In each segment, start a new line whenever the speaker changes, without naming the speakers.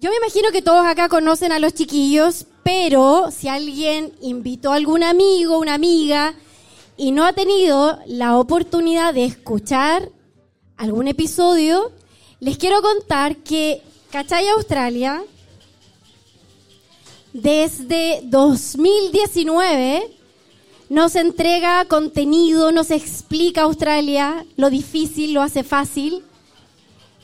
Yo me imagino que todos acá conocen a los chiquillos, pero si alguien invitó a algún amigo, una amiga, y no ha tenido la oportunidad de escuchar algún episodio, les quiero contar que Cachay Australia, desde 2019, nos entrega contenido, nos explica Australia, lo difícil lo hace fácil,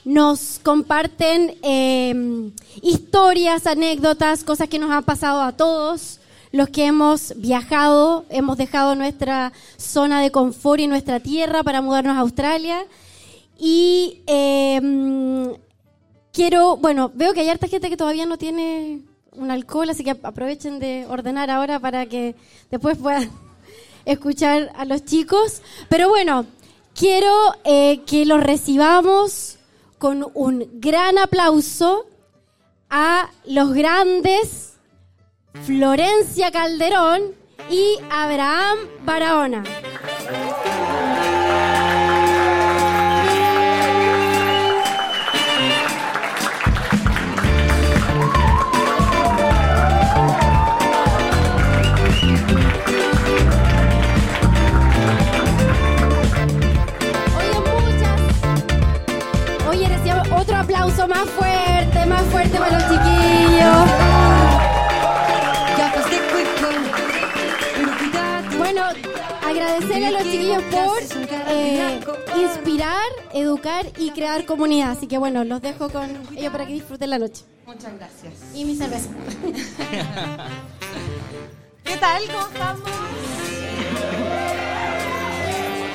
nos comparten eh, historias, anécdotas, cosas que nos han pasado a todos, los que hemos viajado, hemos dejado nuestra zona de confort y nuestra tierra para mudarnos a Australia. Y eh, quiero, bueno, veo que hay harta gente que todavía no tiene un alcohol, así que aprovechen de ordenar ahora para que después puedan escuchar a los chicos. Pero bueno, quiero eh, que los recibamos con un gran aplauso a los grandes Florencia Calderón y Abraham Barahona. Oye, muchas. Oye, recibamos otro aplauso más fuerte, más fuerte para los chiquillos. Bueno, agradecer a los chiquillos por eh, inspirar, educar y crear comunidad. Así que bueno, los dejo con ellos para que disfruten la noche.
Muchas gracias.
Y mi cerveza.
¿Qué tal? ¿Cómo estamos?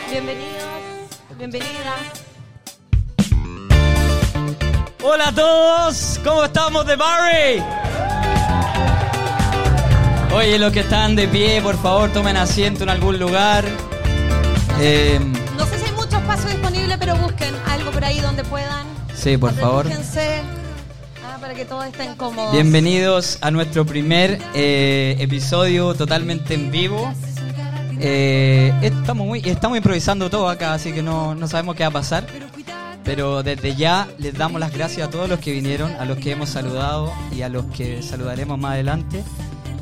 Bienvenidos, bienvenidas.
Hola a todos, ¿cómo estamos de Barry? Oye, los que están de pie, por favor, tomen asiento en algún lugar. Eh,
No sé si hay mucho espacio disponible, pero busquen algo por ahí donde puedan.
sí, por favor.
Acérquense, ah, para que todos estén cómodos.
Bienvenidos a nuestro primer eh, episodio totalmente en vivo. Eh, estamos, muy, estamos improvisando todo acá, así que no, no sabemos qué va a pasar. Pero desde ya les damos las gracias a todos los que vinieron, a los que hemos saludado y a los que saludaremos más adelante.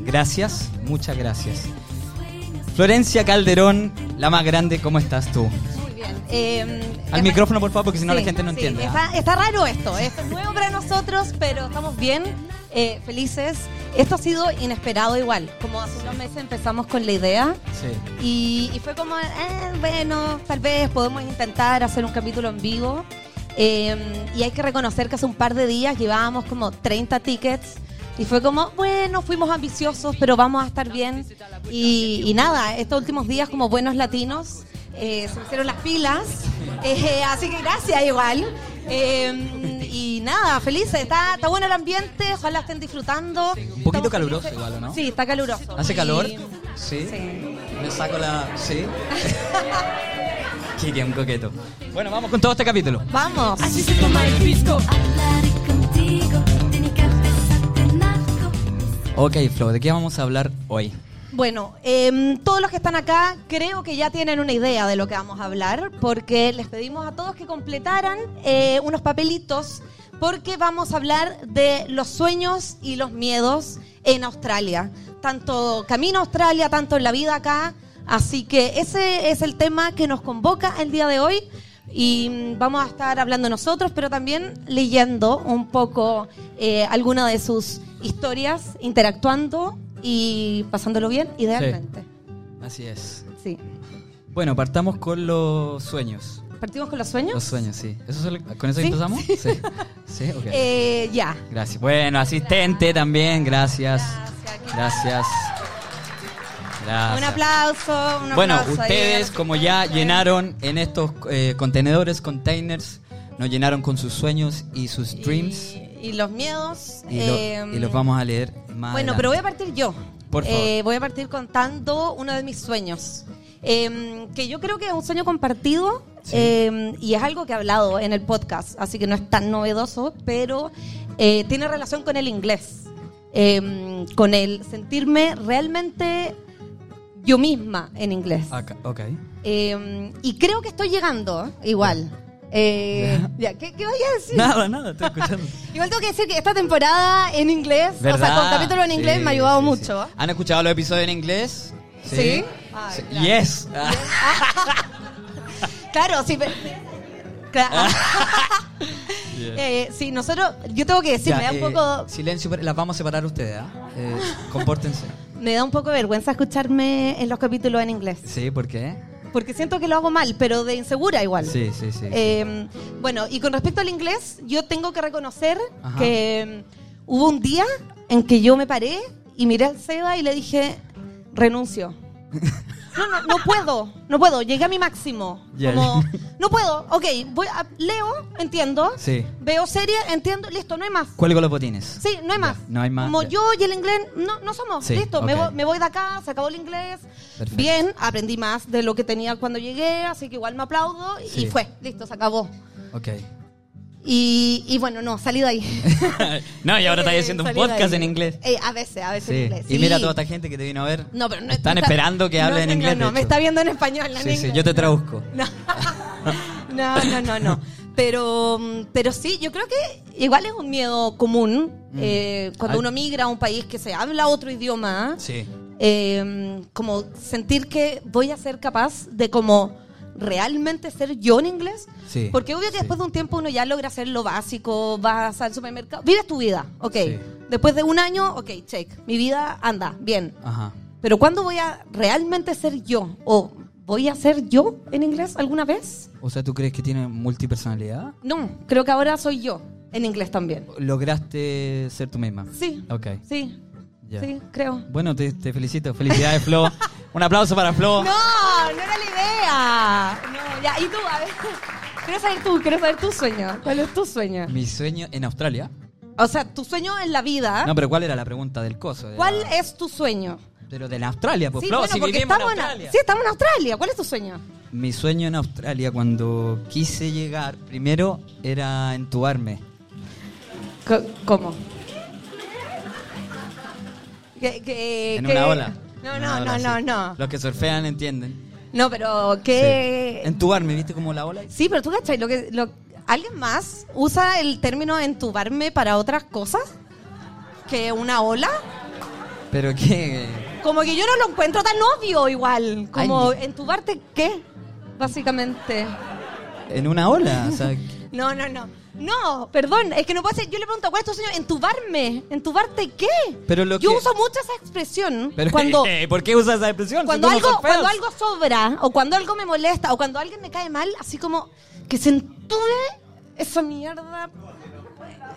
Gracias, muchas gracias. Florencia Calderón, la más grande, ¿cómo estás tú?
Muy bien. Eh,
Al
es-
micrófono, por favor, porque si no la
Sí,
gente no
sí,
entiende. ¿ah?
Está, está raro esto, esto es nuevo para nosotros, pero estamos bien, eh, felices. Esto ha sido inesperado igual, como hace unos meses empezamos con la idea
Sí.
y, y fue como, eh, bueno, tal vez podemos intentar hacer un capítulo en vivo. Eh, y hay que reconocer que hace un par de días llevábamos como 30 tickets y fue como, bueno, fuimos ambiciosos, pero vamos a estar bien. Y, y nada, estos últimos días como buenos latinos eh, se me hicieron las pilas, Eh, así que gracias igual. Eh, y nada, felices, está, está bueno el ambiente, ojalá estén disfrutando.
Un poquito
Estamos
caluroso
felices.
igual, ¿o no?
Sí, está caluroso.
¿Hace calor?
Y-
Sí.
sí.
Me saco la. Sí. Chiqui, un coqueto. Bueno, vamos con todo este capítulo.
Vamos.
Hablaré contigo, tiene que besarte en algo.
Ok, Flo, ¿de qué vamos a hablar hoy?
Bueno, em, todos los que están acá creo que ya tienen una idea de lo que vamos a hablar, porque les pedimos a todos que completaran eh, unos papelitos, porque vamos a hablar de los sueños y los miedos en Australia. Tanto camino a Australia, tanto en la vida acá. Así que ese es el tema que nos convoca el día de hoy. Y mm, vamos a estar hablando nosotros, pero también leyendo un poco eh, alguna de sus historias, interactuando y pasándolo bien, idealmente.
Así es.
Sí.
Bueno, partamos con los sueños.
¿Partimos con los sueños?
Los sueños, sí. ¿Eso es el- ¿Con eso
Sí,
empezamos? Sí. Sí, ok.
Eh, ya.
Gracias. Bueno, asistente también, gracias. Gracias. Gracias.
Un aplauso. Un
Bueno,
aplauso ahí a
ustedes
la
como
asistencia.
ya llenaron en estos eh, contenedores, containers, nos llenaron con sus sueños y sus
Y-
dreams.
Y los miedos.
Y, lo-
em,
y los vamos a leer más adelante.
Bueno, pero voy a partir yo.
Por favor.
Eh, voy a partir contando uno de mis sueños. Eh, que yo creo que es un sueño compartido
Sí.
eh, y es algo que he hablado en el podcast, así que no es tan novedoso, pero eh, tiene relación con el inglés, eh, con el sentirme realmente yo misma en inglés. Em,
Acá, ok.
Eh, y creo que estoy llegando igual.
Eh, ya, ¿qué, qué vaya a decir?
Nada, nada, estoy escuchando.
Igual tengo que decir que esta temporada en inglés, o sea, con capítulo en inglés
Sí,
me ha ayudado
sí, sí.
mucho.
¿Han escuchado los episodios en inglés?
¿Sí?
Ah,
Ay,
Sí.
claro.
Yes.
Claro, sí. pero-
Ah,
Claro.
ah, Eh, sí, nosotros, yo tengo que decir,
Ya,
me da un
eh,
poco
Silencio, pero las vamos a separar ustedes, ¿ah? Eh, compórtense.
me da un poco de vergüenza escucharme en los capítulos en inglés,
Sí, ¿por qué?
porque siento que lo hago mal, pero de insegura igual.
Sí, sí, sí.
Eh, bueno, y con respecto al inglés, yo tengo que reconocer
Ajá.
que mm, hubo un día en que yo me paré y miré al Seba y le dije, renuncio. No, no, no puedo, no puedo, llegué a mi máximo.
Ya.
Como, no puedo, ok, voy a- leo, entiendo,
Sí.
veo serie, entiendo, listo, no hay más.
Cuelgo los botines.
Sí, no hay más.
Ya, no hay más,
Como
ya.
yo y el inglés, no, no somos.
Sí,
Listo, me,
ok.
voy, me voy de acá, se acabó el inglés.
Perfecto.
Bien, aprendí más de lo que tenía cuando llegué, así que igual me aplaudo y-
Sí.
y fue, listo, se acabó.
Ok.
Y, y bueno, no, salí de ahí.
no, y ahora
Eh,
estáis haciendo un
salí de
podcast
ahí.
en inglés.
Eh, a veces, a veces en
Sí.
inglés.
Y mira
Sí.
toda esta gente que te vino a ver.
No, pero no
Están
no está-
esperando que
no,
hable en
no,
inglés.
No,
de
no, me
hecho.
está viendo en español, no en
Sí, sí,
inglés.
yo te traduzco.
No. no, no, no, no. Pero, mm, pero sí, yo creo que igual es un miedo común eh, cuando
Mm. Ay.
uno migra a un país que se habla otro idioma.
Sí.
eh, como sentir que voy a ser capaz de como realmente ser yo en inglés.
Sí,
Porque obvio que
sí.
después de un tiempo uno ya logra hacer lo básico, vas al supermercado, vives tu vida, ok.
Sí.
Después de un año, ok, check, mi vida anda, bien.
Ajá.
Pero ¿cuándo voy a realmente ser yo? ¿O voy a ser yo en inglés alguna vez?
O sea, ¿tú crees que tiene multipersonalidad?
No, creo que ahora soy yo en inglés también.
¿Lograste ser tú misma?
Sí.
Ok.
Sí,
Ya.
sí, creo.
Bueno, te, te felicito. Felicidades, Flo. Un aplauso para Flo.
No, no era la idea. No, ya, y tú, a ver. Quiero saber tú, quiero saber tu sueño. ¿Cuál es tu sueño?
Mi sueño en Australia.
O sea, tu sueño en la vida.
No, pero ¿cuál era la pregunta del coso? De
¿Ah? ¿Cuál
la-
es tu sueño?
Pero de la Australia, pues
sí,
Flo,
bueno,
si
porque
vivimos en
estamos en,
Australia.
sí, estamos en Australia. ¿Cuál es tu sueño?
Mi sueño en Australia cuando quise llegar, primero era entubarme.
¿Cómo? Que, que-
en
Eh, que-
una ola.
No,
En
no,
una
no,
ola,
no,
sí.
no.
Los que surfean entienden.
No, pero que...
Sí. Entubarme, ¿viste como la ola?
Sí, pero tú cachai, lo que lo- alguien más usa el término entubarme para otras cosas que una ola.
Pero qué...
Como que yo no lo encuentro tan obvio igual. Como
Ay.
entubarte qué, básicamente.
En una ola, o sea,
No, no, no. No, perdón, es que no puede ser. Yo le pregunto, ¿cuál es tu sueño? ¿Entubarme? ¿Entubarte qué?
Pero lo
yo
que-
uso mucho esa expresión.
pero,
cuando
eh, ¿por qué usas esa expresión? Si
cuando,
tú no
algo,
surfeas.
cuando algo sobra, o cuando algo me molesta, o cuando alguien me cae mal, así como que se entube esa mierda.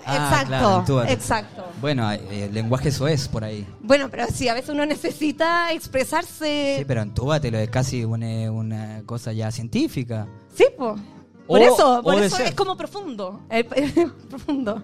Ah,
exacto,
claro, entúbate.
exacto.
Bueno, hay, eh, lenguaje eso es por ahí.
Bueno, pero sí, a veces uno necesita expresarse.
Sí, pero entúbatelo es casi una, una cosa ya científica.
Sí, po. Por
O-
eso,
o
por
de
eso
ser.
es como profundo. Eh, profundo.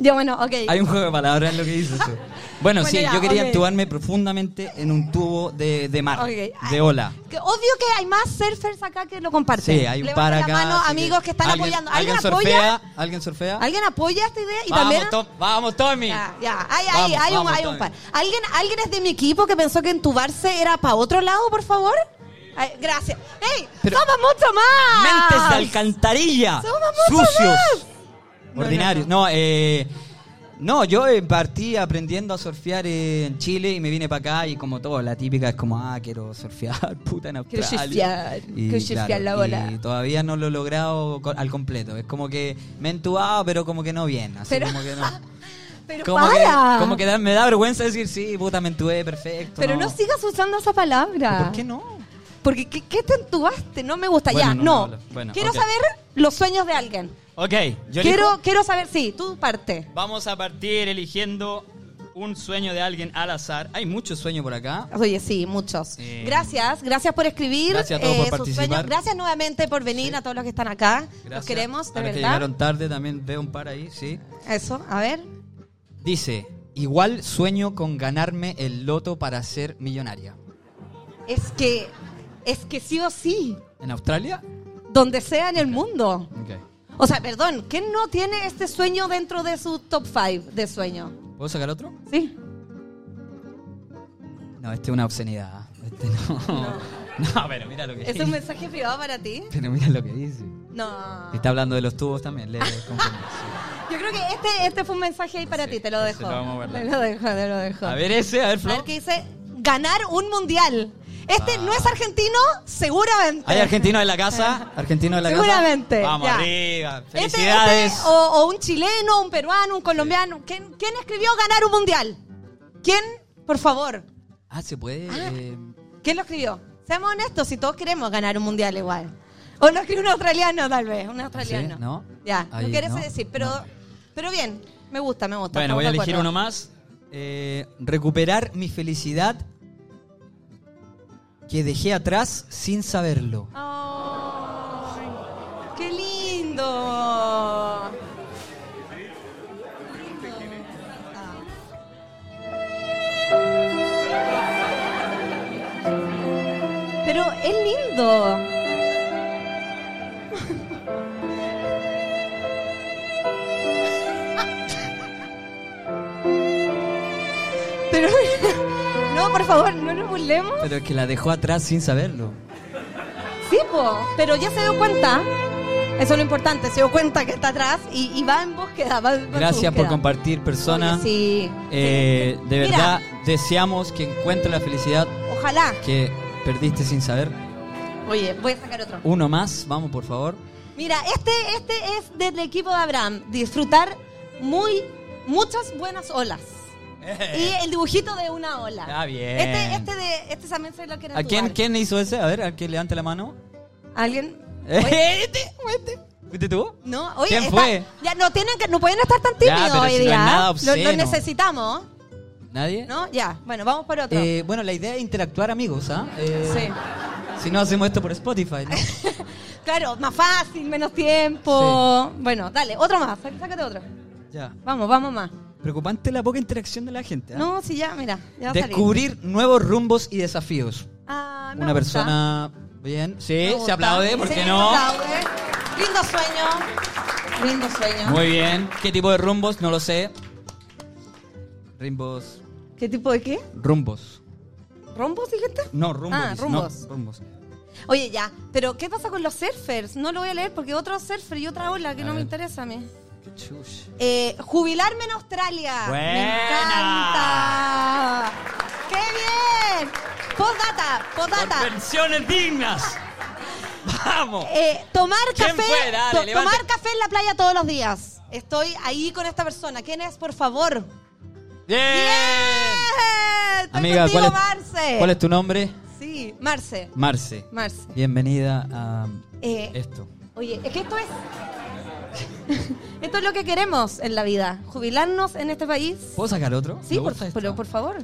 Ya, bueno, ok.
Hay un juego de palabras en lo que dices. tú. Bueno,
Bueno,
sí,
ya,
yo quería
ok.
entubarme profundamente en un tubo de, de mar,
Ok.
de ola.
Que obvio que hay más surfers acá que lo comparten.
Sí, hay un par
Levanten la
acá.
mano,
así
amigos que están apoyando. ¿Alguien,
surfea?
apoya?
¿Alguien surfea?
¿Alguien apoya esta idea? Y
vamos,
también...
Tom- vamos, Tommy.
Ya, ya. Hay, hay-
Vamos,
hay un,
vamos,
hay un par.
Tommy.
¿Alguien, ¿Alguien es de mi equipo que pensó que entubarse era para otro lado, por favor? Ay, gracias. ¡Ey!
Pero-
¡Somos mucho más!
Mentes de alcantarilla.
Somos mucho
Sucios.
más. No,
Ordinarios. No, eh, no, yo eh, partí aprendiendo a surfear eh, en Chile y me vine para acá y como todo, la típica es como, ah, quiero surfear, puta, en
Quiero
Australia.
surfear, quiero surfear la ola.
Y todavía no lo he logrado co- al completo. Es como que me he entubado, pero como que no bien. Así
Pero-
como que no.
Pero
Como que,
para.
como que da- me da vergüenza decir, sí, puta, me entubé, perfecto.
Pero no. sigas usando esa palabra.
¿Por qué no?
Porque ¿qué, qué te entubaste? No me gusta.
Bueno,
ya,
no,
no.
no, no. Bueno,
quiero
ok.
saber los sueños de alguien.
Ok, yo elijo-
Quiero, quiero saber, sí, tú parte.
Vamos a partir eligiendo un sueño de alguien al azar. Hay muchos sueños por acá.
Oye, sí, muchos.
Eh,
gracias, gracias por escribir. eh,
gracias a todos por
sus
participar.
sueños. Gracias nuevamente por venir a todos los que están acá. Los queremos, de
a los que
verdad.
llegaron tarde también veo un par ahí, sí.
Eso, a ver.
Dice, igual sueño con ganarme el loto para ser millonaria.
Es que, es que sí o sí,
¿En Australia?
donde sea en el mundo.
Ok.
O sea, perdón, ¿quién no tiene este sueño dentro de su top 5 de sueño?
¿Puedo sacar otro?
Sí.
No, este es una obscenidad. Este no. No, pero mira lo que
¿Es
dice.
un mensaje privado para ti?
Pero mira lo que dice.
No.
Está hablando de los tubos también. Le confundí, sí.
Yo creo que este, este fue un mensaje ahí para
Sí,
ti, te lo
ese
dejo.
lo vamos a guardar.
te lo dejo, te lo dejo.
A ver ese, a ver,
A
Flo.
ver qué dice. Ganar un mundial. Este
Ah.
no es argentino, seguramente.
¿Hay argentino en la casa? ¿Argentino en la
Seguramente,
casa? Vamos
ya.
arriba.
Este- este,
Felicidades.
o, o un chileno, un peruano, un colombiano. ¿Quién, quién escribió ganar un mundial? ¿Quién? Por favor.
Ah, se puede.
Ah.
eh,
¿Quién lo escribió? Seamos honestos, si todos queremos ganar un mundial igual. O lo escribió un australiano, tal vez. Un australiano.
Sí, ¿no?
Ya,
Ahí,
no quieres
¿no?
decir, pero,
No.
pero bien. Me gusta, me gusta.
Bueno,
estamos
voy a
de
elegir
acuerdo.
uno más. Eh, recuperar mi felicidad que dejé atrás sin saberlo.
Ay, ¡Qué lindo! Ah. Pero es lindo. Pero no, por favor, no nos burlemos.
Pero es que la dejó atrás sin saberlo.
Sí, po, pero ya se dio cuenta. Eso es lo importante, se dio cuenta que está atrás y, y va en búsqueda. va- va en
Gracias por
búsqueda.
compartir, persona.
Oye, sí.
Eh,
Sí.
de
Mira,
verdad, deseamos que encuentre la felicidad
ojalá.
que perdiste sin saber.
Oye, voy a sacar otro.
Uno más, vamos por favor.
Mira, este, este es del equipo de Abraham. Disfrutar muy, muchas buenas olas. Eh. Y el dibujito de una ola.
Está bien.
Este, este, de, este también se lo quiero
¿A quién,
tatuar.
quién hizo ese? A ver, al que levante la mano.
¿Alguien? Oye,
¿Este? ¿Este? ¿Fuiste tú?
No, oye,
¿Quién
está-
fue?
Ya no tienen que, no pueden estar tan
Ya,
tímidos
pero
hoy
si no
día. ¿eh?
es nada
Lo-
obsceno.
lo necesitamos.
¿Nadie?
¿No? Ya. Bueno, vamos por otro.
Eh, bueno, la idea es interactuar amigos, ¿ah? Eh,
Sí.
Si no hacemos esto por Spotify, ¿no?
Claro, más fácil, menos tiempo. Bueno, dale, otro más. sá- Sácate otro.
ya.
Vamos, vamos más.
Preocupante la poca interacción de la gente. ¿ah?
No, si ya, mira. Ya va a salir.
Descubrir nuevos rumbos y desafíos.
Ah, me
Una
gusta,
persona bien.
me
Sí, se
gusta.
aplaude, ¿por
Sí,
qué
se
no?
aplaude. Lindo sueño. Lindo sueño.
Muy bien. ¿Qué tipo de rumbos? No lo sé. Rumbos.
¿Qué tipo de qué?
Rumbos.
¿Rombos, dijiste?
No, rumbos.
Ah,
no,
rumbos.
rumbos.
Oye, ya. Pero, ¿qué pasa con los surfers? No lo voy a leer porque otro surfer y otra ola que
A
no me
ver.
interesa a mí.
Qué chush.
Eh, jubilarme en Australia. Me
Buena.
encanta. ¡Qué bien! Postdata, postdata.
pensiones dignas. Vamos.
Eh, tomar
¿Quién
café.
fue? Dale,
to-
levanta.
tomar café en la playa todos los días. Estoy ahí con esta persona. ¿Quién es, por favor?
Bien.
¡Bien! Estoy
Amiga,
contigo,
¿cuál es,
Marce.
¿cuál es tu nombre?
Sí, Marce.
Marce.
Marce.
Bienvenida a
Eh,
esto.
Oye, es que esto es. esto es lo que queremos en la vida. Jubilarnos en este país.
¿Puedo sacar otro?
Sí,
Me
por,
gusta esto.
pero por favor.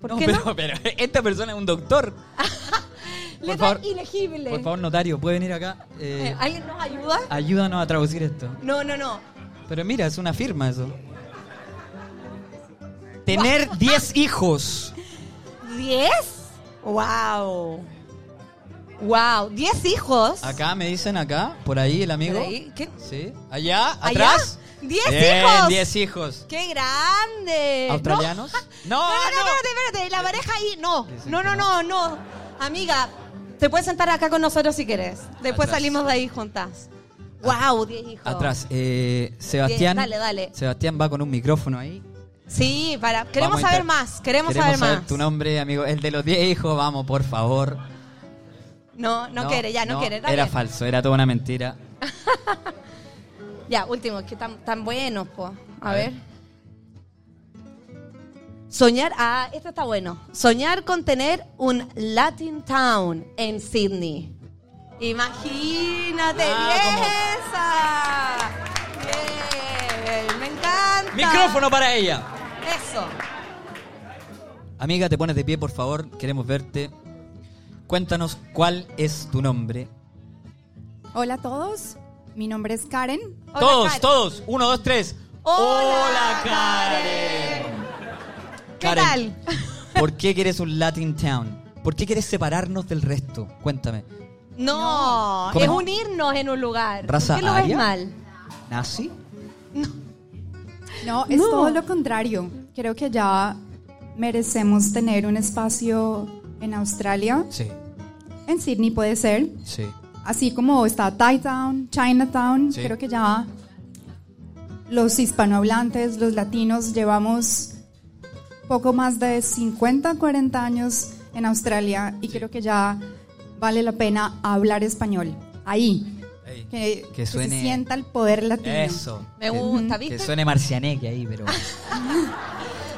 ¿Por
No,
qué
pero,
no?
pero esta persona es un doctor.
Letra
favor.
ilegible.
Por favor, notario, puede venir acá. Eh,
Eh, ¿Alguien nos ayuda?
ayúdanos a traducir esto.
No, no, no.
Pero mira, es una firma eso. Tener 10 hijos.
¿Diez? ¡Wow! ¡Wow! ¿Diez hijos?
Acá me dicen acá, por ahí el amigo.
Por ahí, ¿qué?
Sí. Allá,
¿Allá?
atrás.
¡Diez
Bien,
hijos!
10 hijos.
¡Qué grande!
¿Australianos?
No,
No,
no,
no.
no, espérate, espérate. La pareja ahí, no.
Dicen
No,
que
no, no, no. Amiga, te puedes sentar acá con nosotros si quieres. Después
Atrás.
salimos de ahí juntas. ¡Wow! Diez hijos.
Atrás. eh, Sebastián.
Bien, dale, dale.
Sebastián va con un micrófono ahí.
Sí, para. Queremos
Vamos a
saber
inter-
más. Queremos, saber más.
tu nombre, amigo. El de los 10 hijos, vamos, por favor.
no, no, quiere, ya, no, quiere. dale.
Era falso, era toda una mentira.
Ya, último, que tan, tan buenos, po. A,
A
ver.
ver.
Soñar, ah, esto está bueno. Soñar con tener un Latin Town en Sydney. Imagínate,
Ah,
esa. Bien, me encanta.
Micrófono para ella.
Eso.
Amiga, te pones de pie, por favor. Queremos verte. Cuéntanos cuál es tu nombre.
Hola a todos, mi nombre es Karen.
Hola,
todos,
Karen.
todos. Uno, dos, tres.
Hola, ¿Qué
Karen,
tal?
¿Por qué quieres un Latin Town? ¿Por qué quieres separarnos del resto? Cuéntame.
No,
¿Cómo
es
no?
unirnos en un lugar. ¿Por
¿Raza
qué lo ves
aria?
mal?
¿Nazi?
No, es
No.
todo lo contrario. Creo que ya merecemos tener un espacio en Australia.
Sí,
En Sydney puede ser.
sí.
así como está Thailand, Chinatown,
Sí.
creo que ya los hispanohablantes, los latinos, llevamos poco más de 50, 40 años en Australia y creo que ya vale la pena hablar español. Ahí.
Ey,
Que,
que
que
suene-
se sienta el poder latino.
Eso.
Me
Que-
gusta,
Que,
¿viste?
suene marcianeque ahí, pero.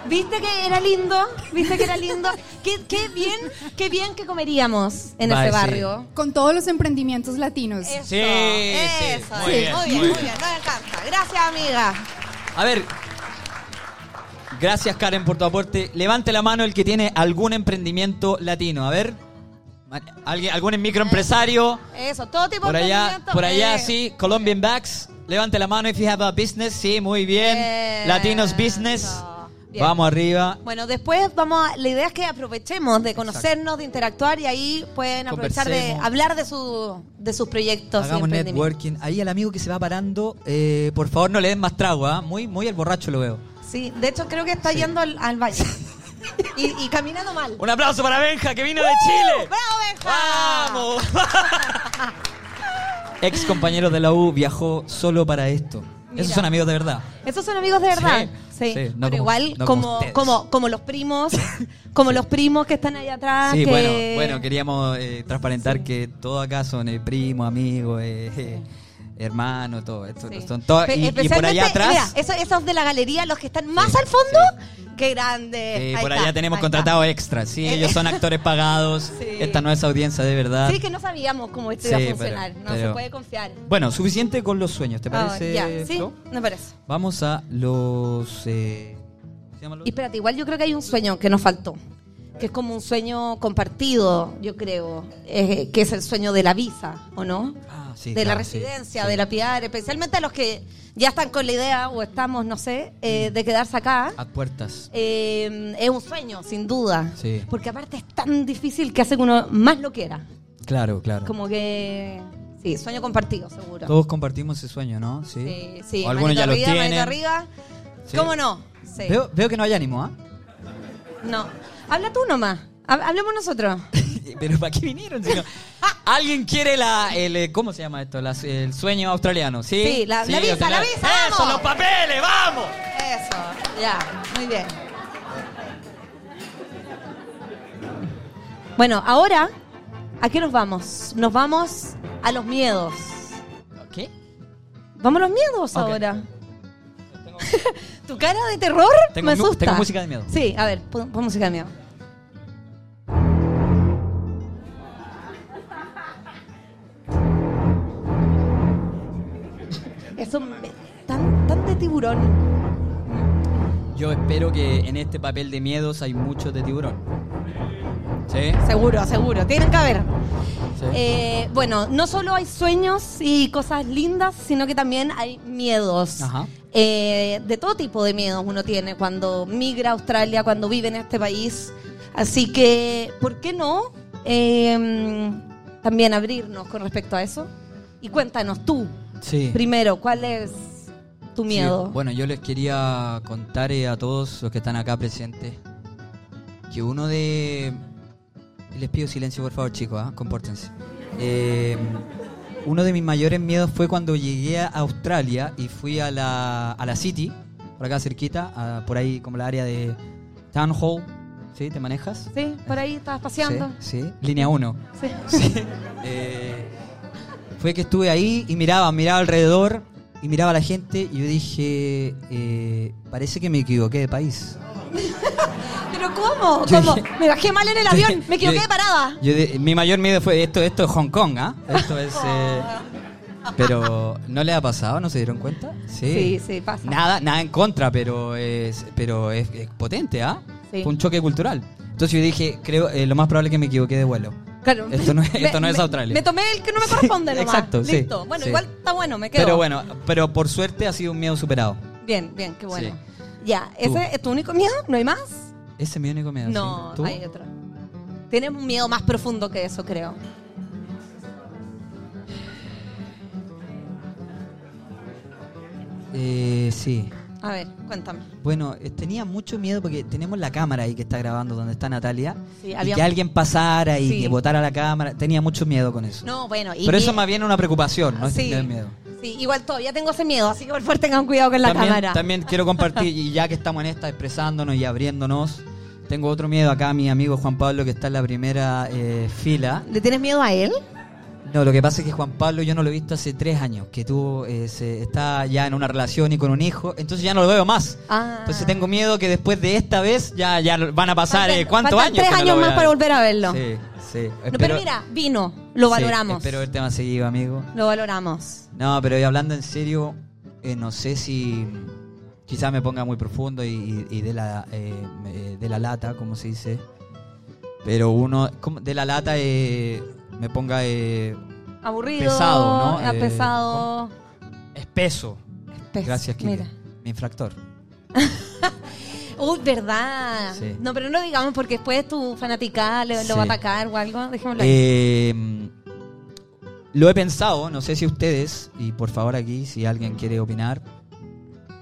¿Viste que era lindo? ¿Viste que era lindo? qué, qué bien, qué bien que comeríamos en
Vale,
ese
sí.
barrio.
Con todos los emprendimientos latinos.
Eso,
Sí, sí,
eso,
muy bien,
muy
muy
bien, muy
bien.
bien, nos encanta. Gracias, amiga.
A ver. Gracias, Karen, por tu aporte. Levante la mano el que tiene algún emprendimiento latino. A ver. Ma- ¿Alguien, ¿Algún microempresario?
Eso, todo tipo
Por
de
allá,
emprendimiento,
por allá,
eh,
sí. Colombian Bags. Levante la mano if you have a business. Sí, muy bien.
Eso.
Latinos Business.
Bien.
Vamos arriba.
Bueno, después vamos a, la idea es que aprovechemos de conocernos, de interactuar y ahí pueden aprovechar de
Conversemos.
hablar de, su, de sus proyectos. y
Hagamos
emprendimientos.
networking. Ahí al amigo que se va parando, eh, por favor no le den más trago, ¿ah? muy, muy el borracho lo veo.
Sí, de hecho creo que está yendo al, al baño y, y caminando mal.
Un aplauso para Benja que vino de Chile.
¡Bravo, ¡Uh, Benja!
¡Vamos! Ex compañero de la U viajó solo para esto. Esos
Mira.
son amigos de verdad.
Esos son amigos de verdad.
Sí,
Sí.
sí, no como-
Pero igual
no como
como,
ustedes.
como, como, los primos, como los primos que están allá atrás.
sí,
Ah, que-
bueno, bueno, queríamos eh, transparentar que todo acá son eh, primo, amigo, eh, eh, hermano, todo esto.
Sí.
Son todo-
Pe-
y- y, por
especialmente,
allá atrás. eh,
mira, esos, esos de la galería, los que están más
Sí,
al fondo, qué grande.
Eh,
Ahí
por
está,
allá tenemos
ahí
contratados extras, sí,
Eh,
ellos son actores pagados. Esta no es audiencia de verdad.
está. Sí, que no sabíamos cómo esto
Sí,
iba a funcionar.
pero-
no
pero-
se puede confiar.
Bueno, suficiente con los sueños, ¿te parece?
Ah, ya, sí,
Flo?
me parece.
Vamos a los. eh, ¿Cómo se llama lo
Y
otro?
espérate, igual yo creo que hay un sueño que nos faltó, que es como un sueño compartido, yo creo, eh, que es el sueño de la visa, ¿o no?
Ah, sí,
de la
claro, sí,
residencia,
sí.
de la PR, especialmente a los que ya están con la idea o estamos, no sé, eh,
Mm.
de quedarse acá.
A puertas.
Eh, es un sueño, sin duda.
Sí.
Porque aparte es tan difícil que hace que uno más lo quiera.
Claro, claro.
Como que. Sí, sueño compartido, seguro.
Todos compartimos ese sueño, ¿no? Sí.
Sí, sí.
O algunos
manito
ya lo
arriba, manito
tienen.
arriba.
Sí.
¿Cómo no? Sí.
Veo, veo que no hay ánimo, ¿ah?
No. Habla tú nomás. Hab- Hablemos nosotros.
Pero ¿para qué vinieron? Si no- ¿Alguien quiere la, el, eh, ¿cómo se llama esto? Las- el sueño australiano, ¿sí?
Sí, la- la
yo
visa,
sé,
la visa,
¡Eso,
vamos!
¡Ah, los papeles, vamos!
Eso. Ya. Muy bien. Bueno, ahora, ¿a qué nos vamos? Nos vamos a los miedos.
¿Qué?
Vamos a los
Ok.
miedos ahora. tu cara de terror
Tengo
me
mu-
asusta.
tengo música de miedo.
Sí, a ver, pon, pon música de miedo. Eso me- tan, tan de tiburón.
Yo espero que en este papel de miedos hay muchos de tiburón. ¿Sí?
Seguro, seguro. Tienen que haber.
Sí.
Eh, bueno, no solo hay sueños y cosas lindas, sino que también hay miedos.
Ajá.
Eh, de todo tipo de miedos uno tiene cuando migra a Australia, cuando vive en este país. Así que, ¿por qué no eh, también abrirnos con respecto a eso? Y cuéntanos tú,
Sí.
primero, ¿cuál es tu miedo?
Sí, Bueno, yo les quería contar eh, a todos los que están acá presentes que uno de... Les pido silencio, por favor, chicos, ¿ah? compórtense. Eh, uno de mis mayores miedos fue cuando llegué a Australia y fui a la, a la City, por acá cerquita, a- por ahí como la área de Town Hall. ¿Sí? ¿Te manejas?
Sí, por ahí estabas paseando.
Sí, sí. Línea 1. Eh, fue que estuve ahí y miraba, miraba alrededor y miraba a la gente y yo dije, eh, parece que me equivoqué de país.
¿Pero cómo?
Yo
¿Cómo?
dije-
Me bajé mal en el avión, me equivoqué
Yo-
de parada.
yo de- mi mayor miedo fue, esto, esto es Hong Kong, ¿ah? Esto es... eh, pero, ¿no le ha pasado? ¿No se dieron cuenta? Sí,
Sí, sí, pasa.
Nada, nada en contra, pero es, pero es, es potente, ¿ah?
Sí.
Fue un choque cultural. Entonces yo dije, creo, eh, lo más probable es que me equivoqué de vuelo.
Claro.
Esto no es-
Me-
esto no es
me-
Australia.
Me tomé el que no me corresponde, nomás.
exacto, sí,
Listo. Bueno,
sí.
igual está bueno, me quedo.
Pero bueno, pero por suerte ha sido un miedo superado.
Bien, bien, qué bueno.
Sí.
Ya, ¿ese
Tú.
es tu único miedo? ¿No hay más?
Ese es mi único miedo.
No,
sí. ¿Tú?
hay otro. Tienes un miedo más profundo que eso, creo.
Eh, sí.
A ver, cuéntame.
Bueno, eh, tenía mucho miedo porque tenemos la cámara ahí que está grabando donde está Natalia.
Sí,
y
había-
que alguien pasara y
Sí.
que botara la cámara. Tenía mucho miedo con eso.
No, bueno. y
Pero eso
mi-
más bien una preocupación, ¿no? Es
sí,
tener miedo.
sí, igual todavía tengo ese miedo, así que por favor tengan cuidado con la
también,
cámara.
También quiero compartir, y ya que estamos en esta, expresándonos y abriéndonos, tengo otro miedo acá, mi amigo Juan Pablo, que está en la primera eh, fila.
¿Le tienes miedo a él?
No, lo que pasa es que Juan Pablo yo no lo he visto hace tres años, que tuvo, eh, se- está ya en una relación y con un hijo, entonces ya no lo veo más.
Ah.
Entonces tengo miedo que después de esta vez ya, ya lo- van a pasar
Faltan-
eh, cuántos
faltan
años.
tres
que no lo
años
voy
más
a
para
ver?
volver a verlo.
Sí, sí.
No,
Espero-
pero mira, vino, lo
sí,
valoramos.
espero verte más seguido, amigo.
Lo valoramos.
No, pero y hablando en serio, eh, no sé si quizás me ponga muy profundo y, y- y de la eh, me- eh, de la lata, como se dice. Pero uno como de la lata eh, me ponga eh,
Aburrido.
Pesado, ¿no?
ah,
Eh,
pesado.
espeso.
espeso.
Gracias, Kike.
Mira.
Mi infractor.
Uy, verdad.
Sí.
No, pero no digamos porque después tu fanaticada le-
Sí.
lo va a atacar o algo. Dejémoslo ahí.
Eh, lo he pensado, no sé si ustedes, y por favor aquí si alguien quiere opinar,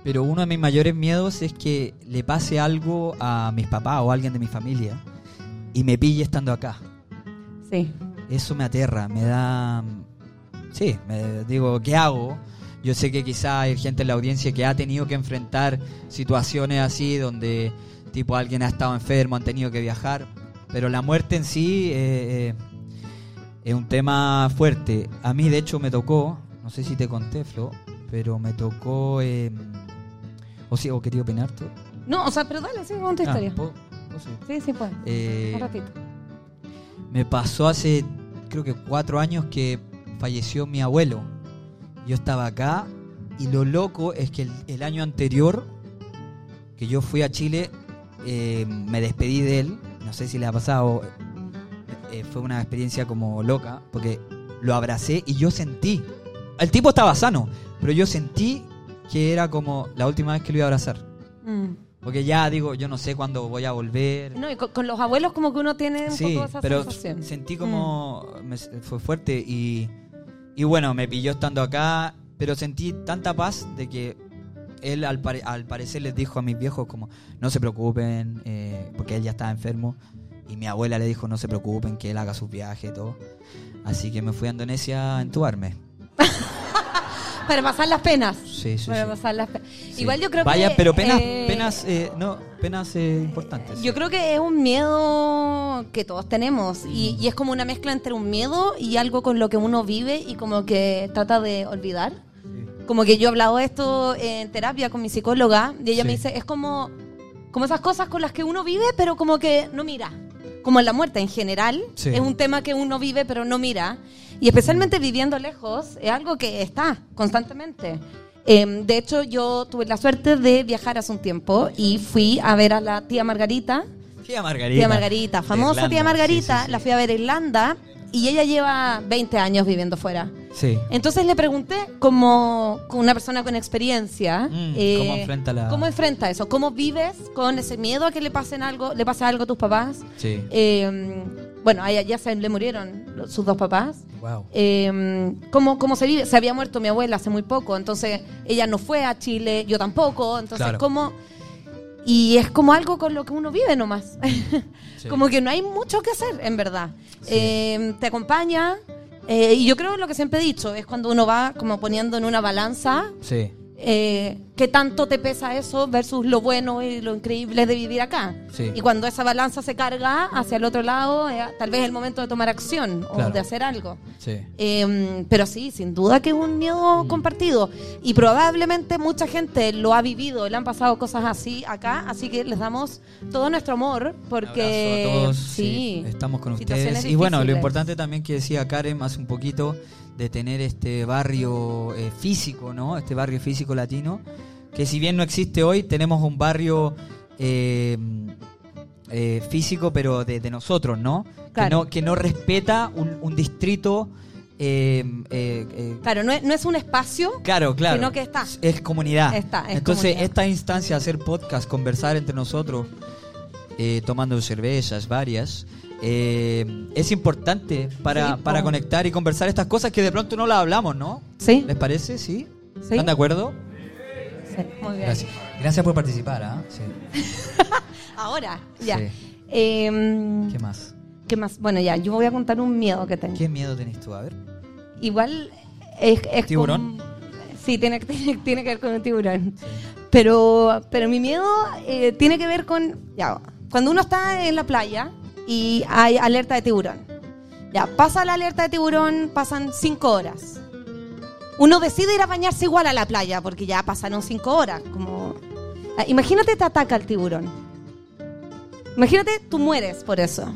pero uno de mis mayores miedos es que le pase algo a mis papás o a alguien de mi familia y me pille estando acá.
Sí.
Eso me aterra, me da... Sí, me digo, ¿qué hago? Yo sé que quizá hay gente en la audiencia que ha tenido que enfrentar situaciones así donde tipo alguien ha estado enfermo, han tenido que viajar, pero la muerte en sí eh, eh, es un tema fuerte. A mí de hecho me tocó, no sé si te conté Flo, pero me tocó... eh, o sí, o quería opinar tú.
No, o sea, pero dale, sigue con tu
Ah,
historia.
¿puedo? ¿Puedo? Sí.
Sí, sí, pues.
Eh,
Un ratito.
me pasó hace creo que cuatro años que falleció mi abuelo. Yo estaba acá y lo loco es que el, el año anterior que yo fui a Chile eh, me despedí de él. No sé si le ha pasado. eh, fue una experiencia como loca porque lo abracé y yo sentí. El tipo estaba sano, pero yo sentí que era como la última vez que lo iba a abrazar.
Mm.
Porque ya digo, yo no sé cuándo voy a volver.
No, y con, con los abuelos como que uno tiene un
Sí,
poco esa
pero
sensación.
sentí como me s- fue fuerte y, y bueno, me pilló estando acá, pero sentí tanta paz de que él al, pare- al parecer les dijo a mis viejos como no se preocupen eh, porque él ya estaba enfermo y mi abuela le dijo no se preocupen que él haga sus viajes y todo. Así que me fui a Indonesia a entubarme.
Para pasar las penas.
Sí, sí,
Para
sí.
pasar las penas.
Sí.
Igual yo creo
Vaya,
que...
pero penas,
eh,
penas, eh, no, penas eh, importantes.
Yo creo que es un miedo que todos tenemos y, y es como una mezcla entre un miedo y algo con lo que uno vive y como que trata de olvidar. Como que yo he hablado de esto en terapia con mi psicóloga y ella
Sí.
me dice, es como, como esas cosas con las que uno vive pero como que no mira. Como en la muerte en general,
Sí.
es un tema que uno vive pero no mira. Y especialmente viviendo lejos, es algo que está constantemente. Em, de hecho, yo tuve la suerte de viajar hace un tiempo y fui a ver a la tía Margarita,
Tía Margarita.
Tía Margarita,
de
famosa tía
Irlanda, sí,
Margarita,
sí, sí.
la fui a ver a Irlanda y ella lleva 20 años viviendo fuera.
Sí.
Entonces le pregunté como como una persona con experiencia, eh,
Mm, ¿cómo enfrenta la-
cómo enfrenta eso, cómo vives con ese miedo a que le pasen algo, le pase algo a tus papás.
Sí.
Eh, bueno, a ella ya se le murieron los- sus dos papás.
Wow.
Eh, ¿cómo, cómo se vive? Se había muerto mi abuela hace muy poco, entonces ella no fue a Chile, yo tampoco, entonces
Claro.
cómo... Y es como algo con lo que uno vive nomás.
Sí.
como que no hay mucho que hacer, en verdad. Eh, te acompaña. eh, y yo creo lo que siempre he dicho, es cuando uno va como poniendo en una balanza
Sí.
eh, qué tanto te pesa eso versus lo bueno y lo increíble de vivir acá.
Sí.
Y cuando esa balanza se carga hacia el otro lado, eh, tal vez es el momento de tomar acción o
Claro.
de hacer algo.
Sí.
Eh, pero sí, sin duda que es un
Mm.
miedo compartido. Y probablemente mucha gente lo ha vivido, le han pasado cosas así acá, así que les damos todo nuestro amor porque
Abrazo a todos,
sí,
sí, estamos con
situaciones
ustedes. Y bueno, lo
difíciles.
importante también que decía Karen hace un poquito de tener este barrio eh, físico, ¿no? Este barrio físico latino, que si bien no existe hoy, tenemos un barrio eh, eh, físico, pero de, de nosotros, ¿no? Que
Claro.
no que no respeta un, un distrito. eh, eh, eh,
Claro, no es, no es un espacio.
Claro, claro.
Sino que está.
Es comunidad.
Está, es
Entonces,
comunidad.
esta instancia, hacer podcast, conversar entre nosotros, eh, tomando cervezas varias, eh, es importante para,
Sí,
para
po.
conectar y conversar estas cosas que de pronto no las hablamos, ¿no?
Sí,
¿Les parece? ¿Sí?
Sí.
¿Están de acuerdo?
sí. Muy bien.
Gracias. Gracias por participar, ¿ah? Sí.
Ahora, ya.
Sí.
Em,
¿Qué más?
¿Qué más? Bueno, ya, yo voy a contar un miedo que tengo.
¿Qué miedo tenés tú? A ver.
Igual es, es
¿Tiburón?
con- sí, tiene, tiene, tiene que ver con un tiburón. Pero, pero mi miedo eh, tiene que ver con... Ya, cuando uno está en la playa y hay alerta de tiburón. Ya, pasa la alerta de tiburón, pasan cinco horas. Uno decide ir a bañarse igual a la playa porque ya pasaron cinco horas. Como... Ah, Imagínate te ataca el tiburón. Imagínate, tú mueres por eso.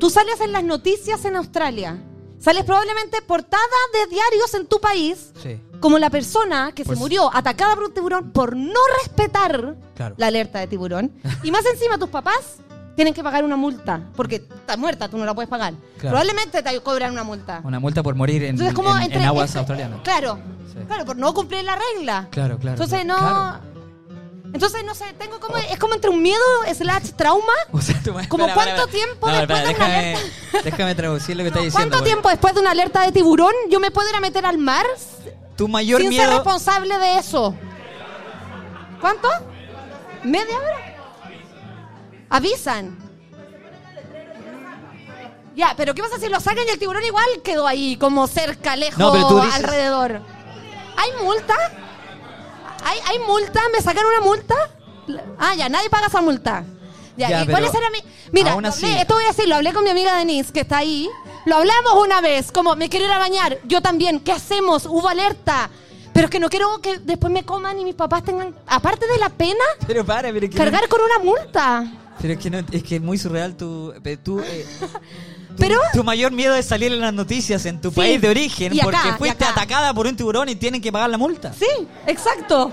Tú sales en las noticias en Australia. Sales probablemente portada de diarios en tu país
Sí.
como la persona que
Pues-
se murió atacada por un tiburón por no respetar
Claro.
la alerta de tiburón. Y más encima tus papás tienen que pagar una multa porque estás muerta, tú no la puedes pagar.
Claro.
Probablemente te cobran una multa.
Una multa por morir en,
Entonces, como
en-
entre-
en aguas
entre-
australianas.
Claro,
Sí.
claro, por no cumplir la regla.
Claro, claro,
Entonces no.
claro.
Entonces no sé, tengo como es como entre un miedo slash trauma.
O sea, tú me-
¿Como
espera, espera,
cuánto
espera.
tiempo
No, espera,
después de una
déjame, déjame traducir lo que estás diciendo.
¿Cuánto
porque
tiempo después de una alerta de tiburón yo me puedo ir a meter al mar
Tu mayor
sin ser
miedo.
responsable de eso? ¿Cuánto? ¿Media hora? Avisan. Ya, pero ¿qué pasa si lo sacan y el tiburón igual quedó ahí, como cerca, lejos,
No, pero tú dices-
alrededor? ¿Hay multa? ¿Hay, ¿Hay multa? ¿Me sacaron una multa? Ah, ya, nadie paga esa multa. Ya,
Ya,
¿y cuáles
pero
eran mi- Mira,
aún
lo
así-
hablé- esto voy a decirlo, hablé con mi amiga Denise, que está ahí. Lo hablamos una vez, como, me quiero ir a bañar, yo también, ¿qué hacemos? Hubo alerta. Pero es que no quiero que después me coman y mis papás tengan, aparte de la pena,
Pero para, pero es que,
cargar con una multa.
no- pero es, que no- es que es muy surreal tu... pe- tú, eh,
Pero...
tu mayor miedo es salir en las noticias en tu país de origen
Y acá,
porque
y
fuiste
acá.
atacada por un tiburón y tienen que pagar la multa.
Sí, exacto.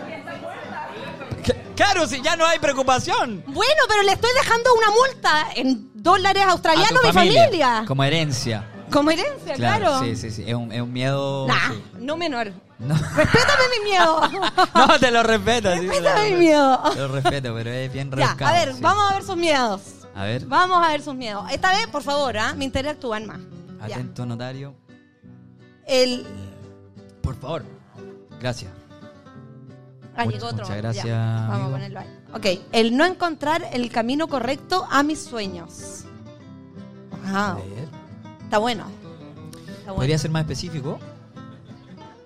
C- Claro, si ya no hay preocupación.
Bueno, pero le estoy dejando una multa en dólares
A tu
australianos a mi familia.
Como herencia.
Como herencia, claro.
Sí, sí, sí. Es un, es un miedo...
Nah,
sí.
no menor.
No.
Respétame mi miedo.
No, te lo respeto. sí,
Respeta
te lo
mi
respeto.
miedo.
Te lo respeto, pero es bien
ya,
rebuscado.
a ver,
sí.
vamos a ver sus miedos.
A ver,
Vamos a ver sus miedos. Esta vez, por favor, ¿ah? me interactúan más. Ya.
atento notario.
El...
Por favor. Gracias.
Ah,
Muchas-
llegó otro.
muchas
Ya,
gracias,
Vamos
amigo.
a ponerlo ahí. Ok, el no encontrar el camino correcto a mis sueños.
A
Wow,
ver.
está bueno. Está bueno.
¿Podría ser más específico?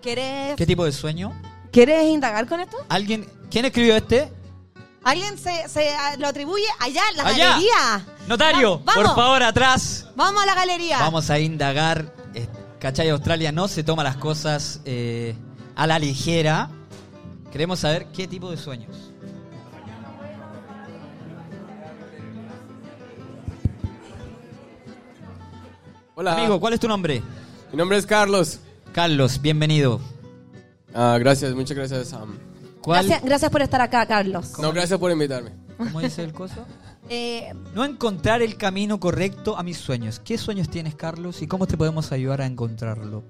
¿Quieres,
¿Qué tipo de sueño?
¿Quieres indagar con esto?
¿Alguien, ¿Quién escribió este?
Alguien se, se, ah, lo atribuye allá, en la
Allá.
galería.
Notario,
Va- vamos,
por favor, atrás.
Vamos a la galería.
Vamos a indagar. Eh, ¿Cachai? Australia no se toma las cosas eh, a la ligera. Queremos saber qué tipo de sueños.
Hola,
Amigo, ¿cuál es tu nombre?
mi nombre es Carlos.
Carlos, bienvenido.
Ah, gracias, muchas gracias. am.
¿Cuál,
Gracias, gracias por estar acá, Carlos.
no, gracias por invitarme.
¿Cómo dice el coso?
Eh,
No encontrar el camino correcto a mis sueños. ¿Qué sueños tienes, Carlos? ¿Y cómo te podemos ayudar a encontrarlo?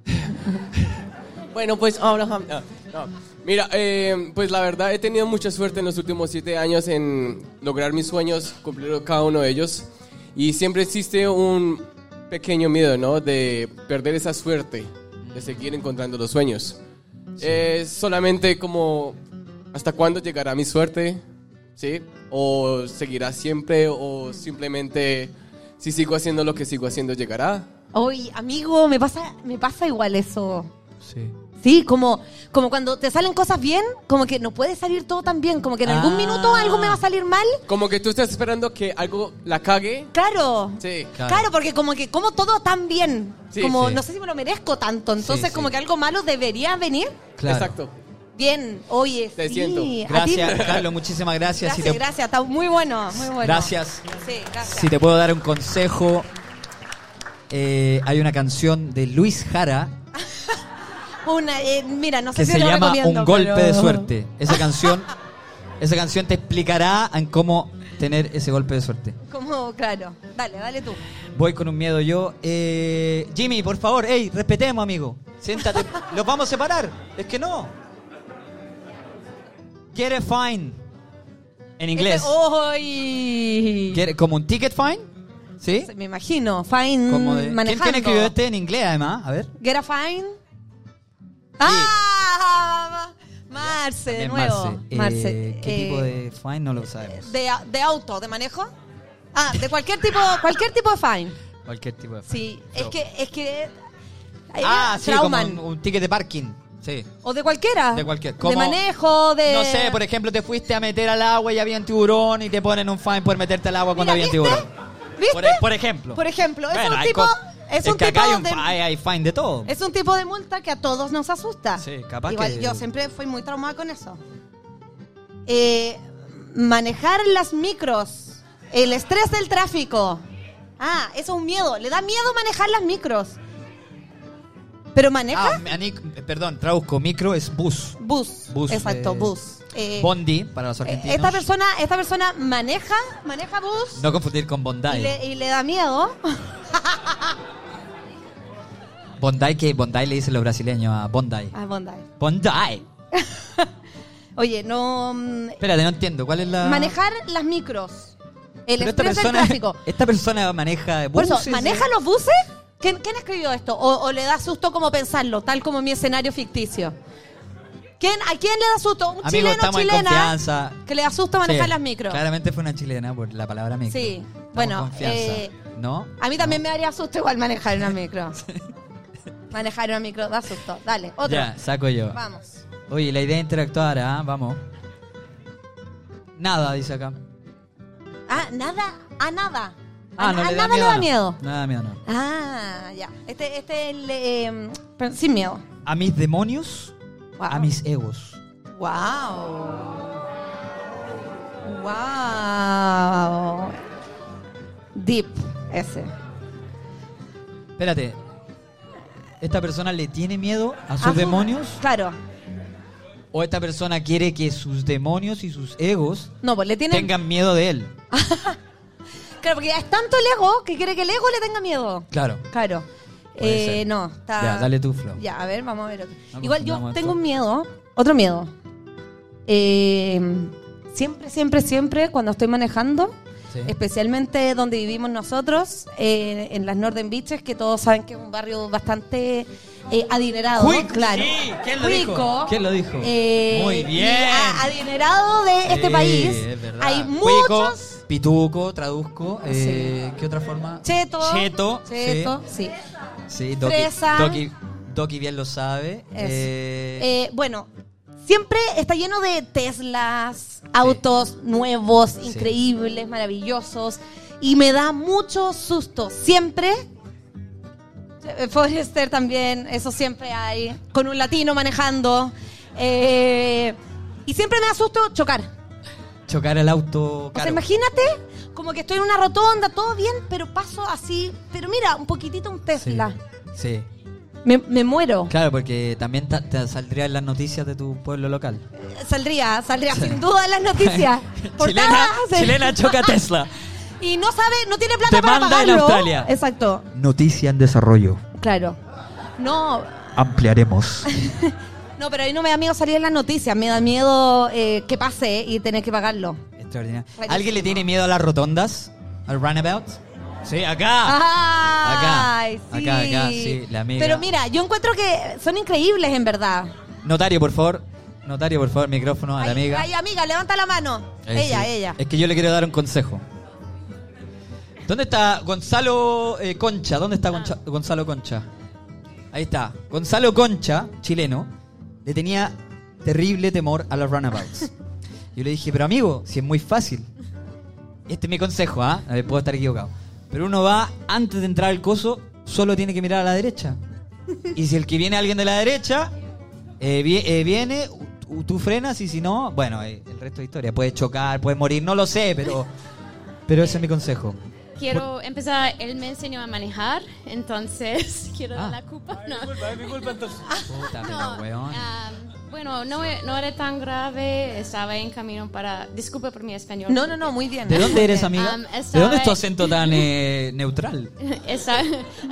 Bueno, pues ahora... am, ah, no. Mira, eh, pues la verdad he tenido mucha suerte en los últimos siete años en lograr mis sueños, cumplir cada uno de ellos. Y siempre existe un pequeño miedo, ¿no? De perder esa suerte, de seguir encontrando los sueños. Es solamente como, ¿hasta cuándo llegará mi suerte? ¿Sí? ¿O seguirá siempre? ¿O simplemente, si sigo haciendo lo que sigo haciendo, llegará?
Oye, amigo, me pasa, me pasa igual eso.
Sí.
Sí, como, como cuando te salen cosas bien, como que no puede salir todo tan bien, como que en algún
Ah.
minuto algo me va a salir mal.
Como que tú estás esperando que algo la cague.
Claro.
Sí.
Claro.
Claro. porque como que como todo tan bien,
Sí,
como
sí.
no sé si me lo merezco tanto, entonces
sí.
como que algo malo debería venir.
Claro.
Exacto.
Bien, oye,
Te
sí.
siento.
a ti-
Gracias, Carlos. Muchísimas gracias. Si
Gracias,
te-
gracias, está muy bueno, muy bueno.
Gracias.
Sí, gracias.
Si te puedo dar un consejo, eh, hay una canción de Luis Jara
Una, eh, mira, no sé
que
si
se
lo
llama
recomiendo,
Un golpe
pero-
de suerte. Esa canción, esa canción te explicará en cómo tener ese golpe de suerte.
Como, claro. Dale, dale tú.
Voy con un miedo yo. Eh, Jimmy, por favor, hey, respetemos, amigo. Siéntate. Los vamos a separar. Es que no. Get a fine. En inglés.
Este- ¡Ay!
Get- ¿Como un ticket fine? ¿Sí?
Me imagino. Fine
Como de- ¿Quién
Mm, manejando.
tiene este? que este en inglés, además? A ver.
Get a fine. ¡Ah! Marce, de
También
nuevo.
Marce. Eh, ¿Qué
eh,
tipo de fine? No lo sabemos.
de, a- de auto, de manejo? Ah, de cualquier tipo, cualquier tipo de fine.
Cualquier tipo de fine.
Sí, es que es que
Ah, sí, como
trauman.
un, un ticket de parking. Sí.
o de cualquiera.
De cualquier.
De
como-
manejo, de
No sé, por ejemplo, te fuiste a meter al agua y había un tiburón y te ponen un fine por meterte al agua cuando había
Mira,
un
¿viste?
tiburón.
¿Viste?
Por, e-, por ejemplo.
Por ejemplo, es
Bueno,
un
hay
tipo
cos-
es un
que
tipo
acá hay, un,
de
hay, hay fine de todo.
es un tipo de multa que a todos nos asusta.
Sí, capaz
Igual
que-
yo siempre fui muy traumada con eso. Eh, manejar las micros, el estrés del tráfico. Ah, eso es un miedo. Le da miedo manejar las micros. Pero maneja
Ah, me- ani- perdón, traduzco. Micro es bus.
bus.
Bus,
Exacto,
eh,
bus. Eh,
Bondi para los
eh,
argentinos.
esta persona, esta persona maneja, maneja bus
No confundir con
y,
Bondi.
le, y le da miedo.
Bondi que Bondi le dicen los brasileños a Bondi.
Ah, Bondi.
Bondi.
Oye, no. mm,
Espérate, no entiendo. ¿Cuál es la...?
Manejar las micros. El
Ah. Pero esta
estrés del
persona,
tráfico.
esta persona maneja
Por
buses. eh.
eso, ¿maneja los buses? ¿Quién, quién escribió esto? O, o le da susto como pensarlo, tal como mi escenario ficticio? ¿Quién, ¿A quién le da susto? ¿Un
Amigo,
chileno
estamos en
chilena
confianza.
que le asusta manejar
Sí,
las micros?
Claramente fue una chilena por la palabra micro.
Sí,
Estamos
bueno,
Confianza.
eh,
¿No?
A mí también me daría susto igual manejar una micro. Manejar una micro da susto. Dale, otro.
Ya, saco yo.
Vamos.
Oye, la idea es interactuar, ¿ah? Vamos. Nada, dice acá.
Ah, nada, a nada.
Ah,
a
no,
a
le da
nada le
miedo,
da
no. Nada,
miedo.
miedo, no.
Ah, ya. Este, este es el, eh, pero sin miedo.
A mis demonios,
Wow.
a mis egos.
Wow. Wow. Deep ese.
Espérate. ¿Esta persona le tiene miedo a sus
Ajá.
demonios?
Claro.
¿O esta persona quiere que sus demonios y sus egos
No, pues le tienen.
tengan miedo de él?
Claro, porque ya es tanto el ego que quiere que el ego le tenga miedo.
Claro.
Claro.
Puede
Eh,
ser.
no, está.
Ya, dale tú, Flo.
Ya, a ver, vamos a ver otro.
No
Igual yo
confundamos
tengo
esto.
un miedo, otro miedo. Eh, siempre, siempre, siempre cuando estoy manejando,
Sí.
especialmente donde vivimos nosotros, eh, en las Northern Beaches, que todos saben que es un barrio bastante eh, adinerado,
Juic-
claro.
sí, ¿quién lo dijo?
Juico,
¿Quién lo dijo?
eh,
Muy
y
bien.
a- adinerado de este
Sí,
país.
es verdad.
Hay
Cuico,
muchos Ah,
pituco, traduzco. eh, ¿Qué otra forma?
cheto,
Cheto.
cheto, sí.
Sí, sí Doki,
fresa.
Doki, Doki bien lo sabe.
Eso.
Eh,
Eh, bueno, siempre está lleno de Teslas, autos nuevos, increíbles, maravillosos. Y me da mucho susto. Siempre. Eh, Forrester también, eso siempre hay. Con un latino manejando. Eh, y siempre me da susto chocar.
chocar el auto.
O sea,
caro.
imagínate como que estoy en una rotonda, todo bien, pero paso así. Pero mira, un poquitito un
Sí,
Tesla.
sí.
Me, me muero.
Claro, porque también ta- te saldría en las noticias de tu pueblo local.
Saldría, saldría sin duda en las noticias.
chilena,
Portadas de-
chilena choca Tesla.
Y no sabe, no tiene plata
Te
para
manda en
pagarlo.
Australia.
Exacto,
Noticia en desarrollo.
claro. No,
Ampliaremos.
no, pero ahí no me da miedo salir en las noticias. Me da miedo eh, que pase y tener que pagarlo.
Extraordinario.
Rarísimo.
¿Alguien le tiene miedo a las rotondas? ¿Al runabout? Sí, acá.
Acá, Ay, sí.
Ah, acá, acá, sí, la amiga.
Pero mira, yo encuentro que son increíbles en verdad.
Notario, por favor. Notario, por favor, micrófono a Ah, la
Ay,
amiga.
Ay, amiga, levanta la mano.
Eh,
ella,
sí.
ella.
Es que yo le quiero dar un consejo. ¿Dónde está Gonzalo eh, Concha? ¿Dónde está Goncha-
Ah.
Gonzalo Concha? Ahí está. Gonzalo Concha, chileno, le tenía terrible temor a los runabouts. Yo le dije, pero amigo, si es muy fácil. Este es mi consejo, ¿ah? A ver, puedo estar equivocado. Pero uno va, antes de entrar al coso, solo tiene que mirar a la derecha. Y si el que viene alguien de la derecha, eh, vi- eh, viene, u- tú frenas y si no, bueno, eh, el resto de historia. Puedes chocar, puedes morir, no lo sé, pero, pero ese es mi consejo.
Quiero empezar, él me enseñó a manejar, entonces quiero
Ah.
dar la culpa. No.
Puta,
No,
pero weón.
ah,
um, bueno, no, e- no era tan grave, estaba en camino para... Disculpe por mi español.
No, no, no, muy bien.
¿De dónde eres, amiga?
Um,
¿De dónde es tu
estaba-
acento tan eh, neutral?
Esta-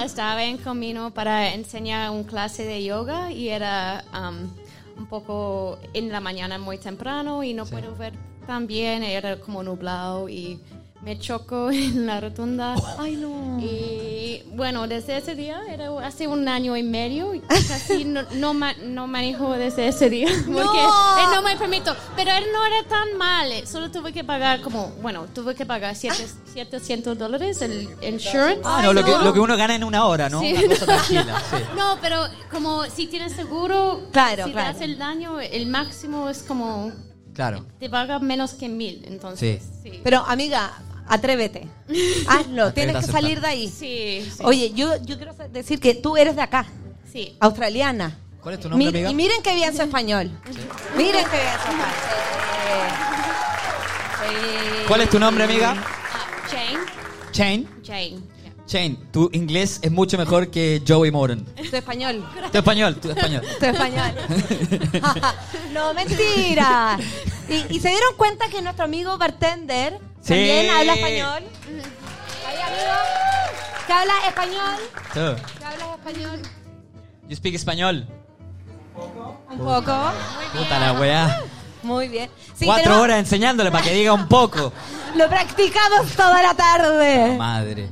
Estaba, en camino para enseñar un clase de yoga y era um, un poco en la mañana muy temprano y no puedo ver tan bien, era como nublado y me choco en la rotonda.
Ay, no.
Y bueno, desde ese día, era hace un año y medio, y casi no, no, ma- no manejo desde ese día, porque
No.
él no me permitió. Pero él no era tan mal, eh, solo tuve que pagar como, bueno, tuve que pagar siete-
Ah.
700 dólares el insurance.
Ah, no, Lo, que, lo que uno gana en una hora, ¿no?
Sí.
Una cosa tranquila, sí.
No, pero como si tienes seguro,
Claro,
si
claro.
te hace el daño, el máximo es como,
Claro.
te paga menos que mil, entonces. Sí.
Pero, amiga, atrévete. Hazlo.
Atrévete a
Tienes que
aceptar.
salir de ahí.
sí, sí.
Oye, yo, yo quiero sa- decir que tú eres de acá,
sí.
australiana.
¿Cuál es tu nombre,
Mi-
amiga?
Y miren qué bien su español. Miren qué bien su español. Sí. Sí.
¿Cuál es tu nombre, amiga?
Ah, Jane,
Shane.
Jane. yeah.
Shane, tu inglés es mucho mejor que Joey Moran.
Tu español.
Tu español, tu español.
Tu español. no, mentira. Y, y se dieron cuenta que nuestro amigo bartender
Sí.
también habla español. Ahí, amigo. ¿Qué habla español?
Tú.
¿Qué hablas español?
You speak español.
Un poco.
Puta la weá.
Muy bien. Sí,
Cuatro
tenemos-
horas enseñándole para que diga un poco.
Lo practicamos toda la tarde.
Madre.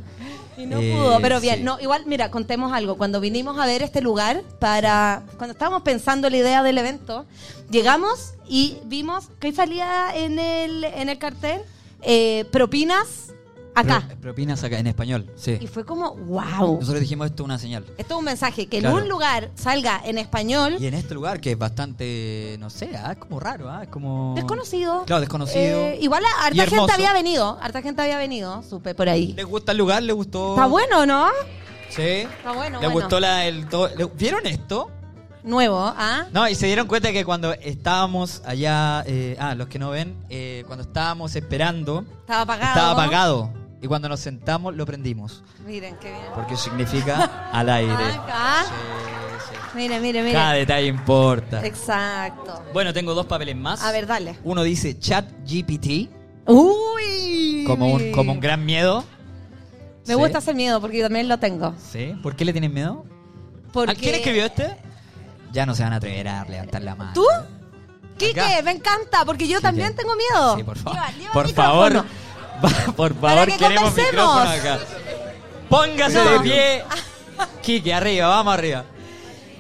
Y no
Eh,
pudo, pero bien.
sí.
No, igual, mira, contemos algo. Cuando vinimos a ver este lugar, para cuando estábamos pensando la idea del evento, llegamos y vimos que salía en el, en el cartel eh, propinas acá.
Pro- propinas acá, en español, sí.
y fue como, wow.
Nosotros dijimos esto es una señal.
Esto es un mensaje, que
Claro.
en un lugar salga en español,
Y en este lugar que es bastante, no sé, ah, es como raro, ah, es como...
desconocido.
Claro, desconocido.
Eh, igual harta
Y
gente
hermoso.
había venido, harta gente había venido, supe por ahí.
¿Le gusta el lugar? ¿Le gustó?
Está bueno, ¿no?
Sí.
Está bueno,
¿Le
bueno.
gustó la, el todo? ¿le- ¿Vieron esto?
Nuevo, ¿ah?
No, y se dieron cuenta que cuando estábamos allá, eh, ah, los que no ven, eh, cuando estábamos esperando,
Estaba apagado.
estaba apagado. Y cuando nos sentamos, lo prendimos.
Miren, qué bien.
Porque significa al aire.
Ah, Acá.
Sí, sí.
Mire, mire, mire.
Cada detalle importa.
Exacto.
Bueno, tengo dos papeles más.
A ver, dale.
Uno dice chat GPT,
Uy.
como un, como un gran miedo. Sí.
Me gusta ese miedo porque yo también lo tengo.
Sí. ¿Por qué le tienen miedo?
Porque...
¿A quién escribió este? Ya no se van a atrever a levantar la mano.
¿Tú? Quique,
Acá.
me encanta porque yo
Quique.
también tengo miedo.
Sí, por favor.
Lleva- lleva
por
micrófono.
favor. Va- Por
Para
favor,
que
queremos micrófono
conversemos.
acá. Póngase de pie. Quique, arriba, vamos arriba.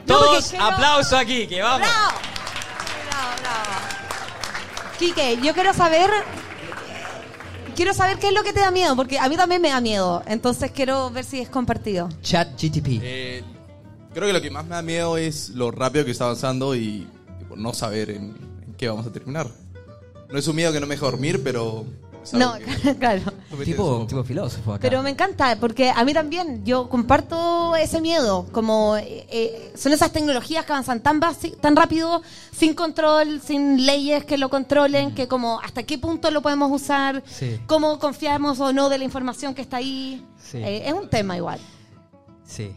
Todos
quiero-
aplauso a Quique, vamos.
Bravo. Bravo, bravo. Quique, yo quiero saber. Quiero saber qué es lo que te da miedo, porque a mí también me da miedo. Entonces quiero ver si es compartido.
Chat GTP.
Eh, creo que lo que más me da miedo es lo rápido que está avanzando y tipo, no saber en, en qué vamos a terminar. No es un miedo que no me deja dormir, pero... es algo
No,
que-
claro.
me tiene un
Tipo,
poco.
tipo filósofo acá.
Pero me encanta, porque a mí también, yo comparto ese miedo, como eh, eh, son esas tecnologías que avanzan tan, basi- tan rápido, sin control, sin leyes que lo controlen, que como hasta qué punto lo podemos usar,
Sí.
cómo confiamos o no de la información que está ahí.
Sí.
Eh, es un tema igual.
Sí.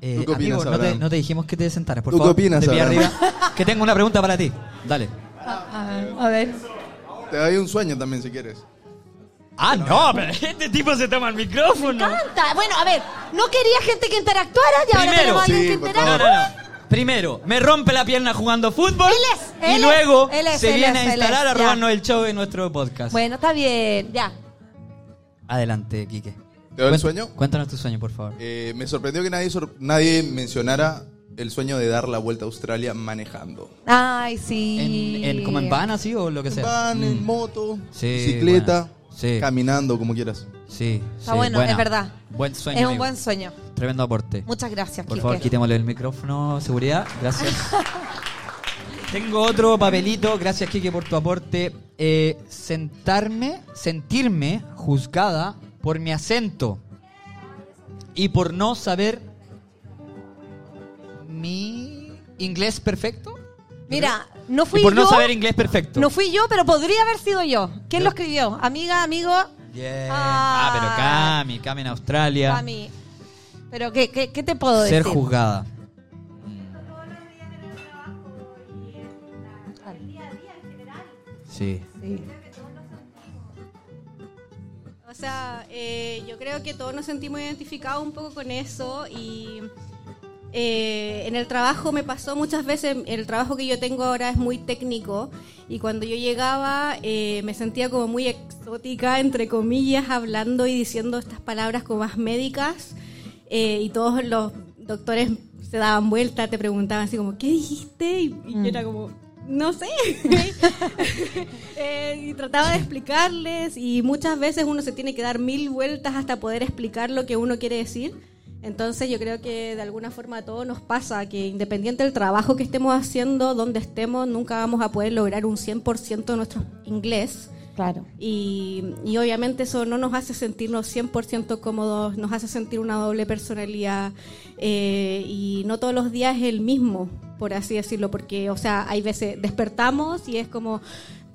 Eh,
¿Tú qué opinas,
amigo, no te,
Abraham?
no te dijimos que te sentaras, por
¿Tú qué
favor.
opinas,
de pie
Abraham?
arriba. Que tengo una pregunta para ti. Dale.
A ver.
Te doy un sueño también si quieres.
Ah, no, pero este tipo se toma el micrófono.
Canta. Bueno, a ver, no quería gente que interactuara y ahora
Primero.
tenemos a alguien
Sí,
que
por
No, no,
interactúa.
no. Primero, me rompe la pierna jugando fútbol.
Él es, él
y
es,
luego
él es,
se
él
viene
es,
a
él es,
instalar a
ya.
robarnos el show de nuestro podcast.
Bueno, está bien, ya.
Adelante, Quique. ¿Te
doy el sueño?
Cuéntanos tu sueño, por favor.
Eh, me sorprendió que nadie, sor- nadie mencionara el sueño de dar la vuelta a Australia manejando.
Ay, sí.
En, en- ¿Como en van así o lo que sea?
Van, en
Mm.
moto,
Sí,
bicicleta,
buena. Sí.
caminando, como quieras.
Sí,
Está
sí,
bueno,
buena.
es verdad.
Buen sueño,
es un
amigo.
buen sueño.
Tremendo aporte.
Muchas gracias,
Por
Quique.
favor, quitémosle el micrófono, seguridad. Gracias. Tengo otro papelito. Gracias, Kike, por tu aporte. Eh, sentarme, sentirme juzgada por mi acento y por no saber mi inglés perfecto.
Mira, no
Y
fui
por no
yo,
saber inglés perfecto.
no fui yo, pero podría haber sido yo. ¿Quién
Yo.
lo escribió? Amiga, amigo,
Bien. Ah,
Ah.
pero Cami, Cami en Australia.
a mí. Pero ¿qué, qué, qué te puedo
ser
decir?
juzgada. Sí.
O sea, eh, yo creo que todos nos sentimos identificados un poco con eso y
Eh, en el trabajo me pasó muchas veces, el trabajo que yo tengo ahora es muy técnico y cuando yo llegaba eh, me sentía como muy exótica, entre comillas, hablando y diciendo estas palabras como más médicas eh, y todos los doctores se daban vuelta, te preguntaban así como, ¿qué dijiste? Y, y yo era como, no sé. Eh, y trataba de explicarles y muchas veces uno se tiene que dar mil vueltas hasta poder explicar lo que uno quiere decir. Entonces yo creo que de alguna forma a todos nos pasa que independiente del trabajo que estemos haciendo, donde estemos, nunca vamos a poder lograr un 100% de nuestro inglés.
Claro.
Y, y obviamente eso no nos hace sentirnos 100% cómodos, nos hace sentir una doble personalidad eh, y no todos los días es el mismo, por así decirlo, porque, o sea, hay veces despertamos y es como,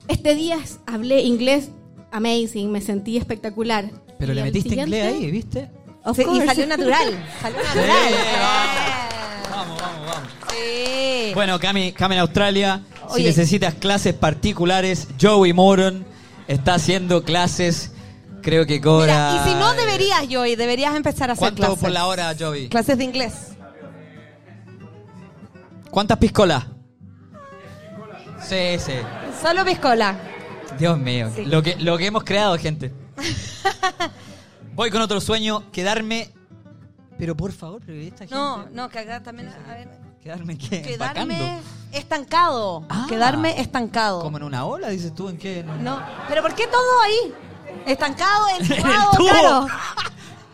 este día es- hablé inglés amazing, me sentí espectacular.
Pero
Y
le
al
metiste inglés
siguiente-
ahí, ¿viste?
Of
Sí, y
course.
salió natural. Salió natural.
Vamos, vamos, vamos.
Sí.
Bueno, Cami, Cami en Australia, si
Eh. Oye.
necesitas clases particulares, Joey Moron está haciendo clases, creo que cobra...
Mira, y si no deberías, Joy, deberías empezar a hacer
¿Cuánto
clases.
por la hora, Joey?
Clases de inglés.
¿Cuántas piscolas? Sí, sí.
Solo piscola.
Dios mío. Lo, que, lo que hemos creado, gente. Voy con otro sueño, quedarme... Pero por favor, pero esta gente...
No, no, que acá también. A ver,
¿Quedarme qué?
quedarme
¿Empacando?
estancado.
Ah.
Quedarme estancado.
¿Como en una ola, dices tú? ¿En qué? En-
No, pero ¿por qué todo ahí? Estancado,
el
encerrado,
tubo.
claro.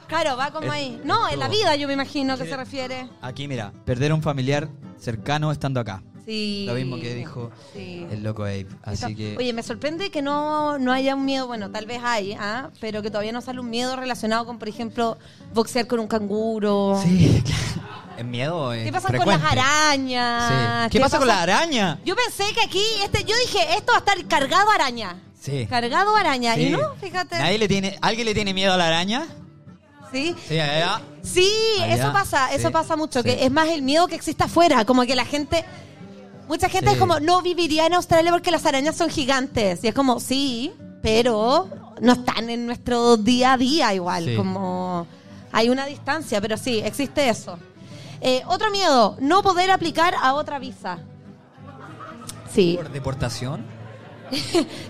Claro, va como
El
ahí. No, en la
tubo.
vida yo me imagino que se refiere.
Aquí, mira, perder a un familiar cercano estando acá.
Sí.
Lo mismo que dijo
Sí.
el loco Abe. Así
Eso.
que...
Oye, me sorprende que no, no haya un miedo, bueno, tal vez hay, ¿ah? pero que todavía no sale un miedo relacionado con, por ejemplo, boxear con un canguro.
Sí, claro. El miedo es
¿Qué pasa con
frecuente.
las arañas?
Sí. ¿Qué pasa con la araña?
Yo pensé que aquí, este, yo dije, esto va a estar cargado araña.
Sí.
Cargado araña.
Sí.
Y no, fíjate.
Nadie le tiene, ¿Alguien le tiene miedo a la araña?
Sí.
Sí, allá.
Sí,
Allá,
eso pasa,
sí,
eso pasa mucho,
sí.
que es más el miedo que existe afuera, como que la gente, mucha gente
Sí.
es como, no viviría en Australia porque las arañas son gigantes, y es como, sí, pero no están en nuestro día a día igual,
Sí.
como hay una distancia, pero sí, existe eso. Eh, otro miedo, no poder aplicar a otra visa. Sí,
¿Por deportación?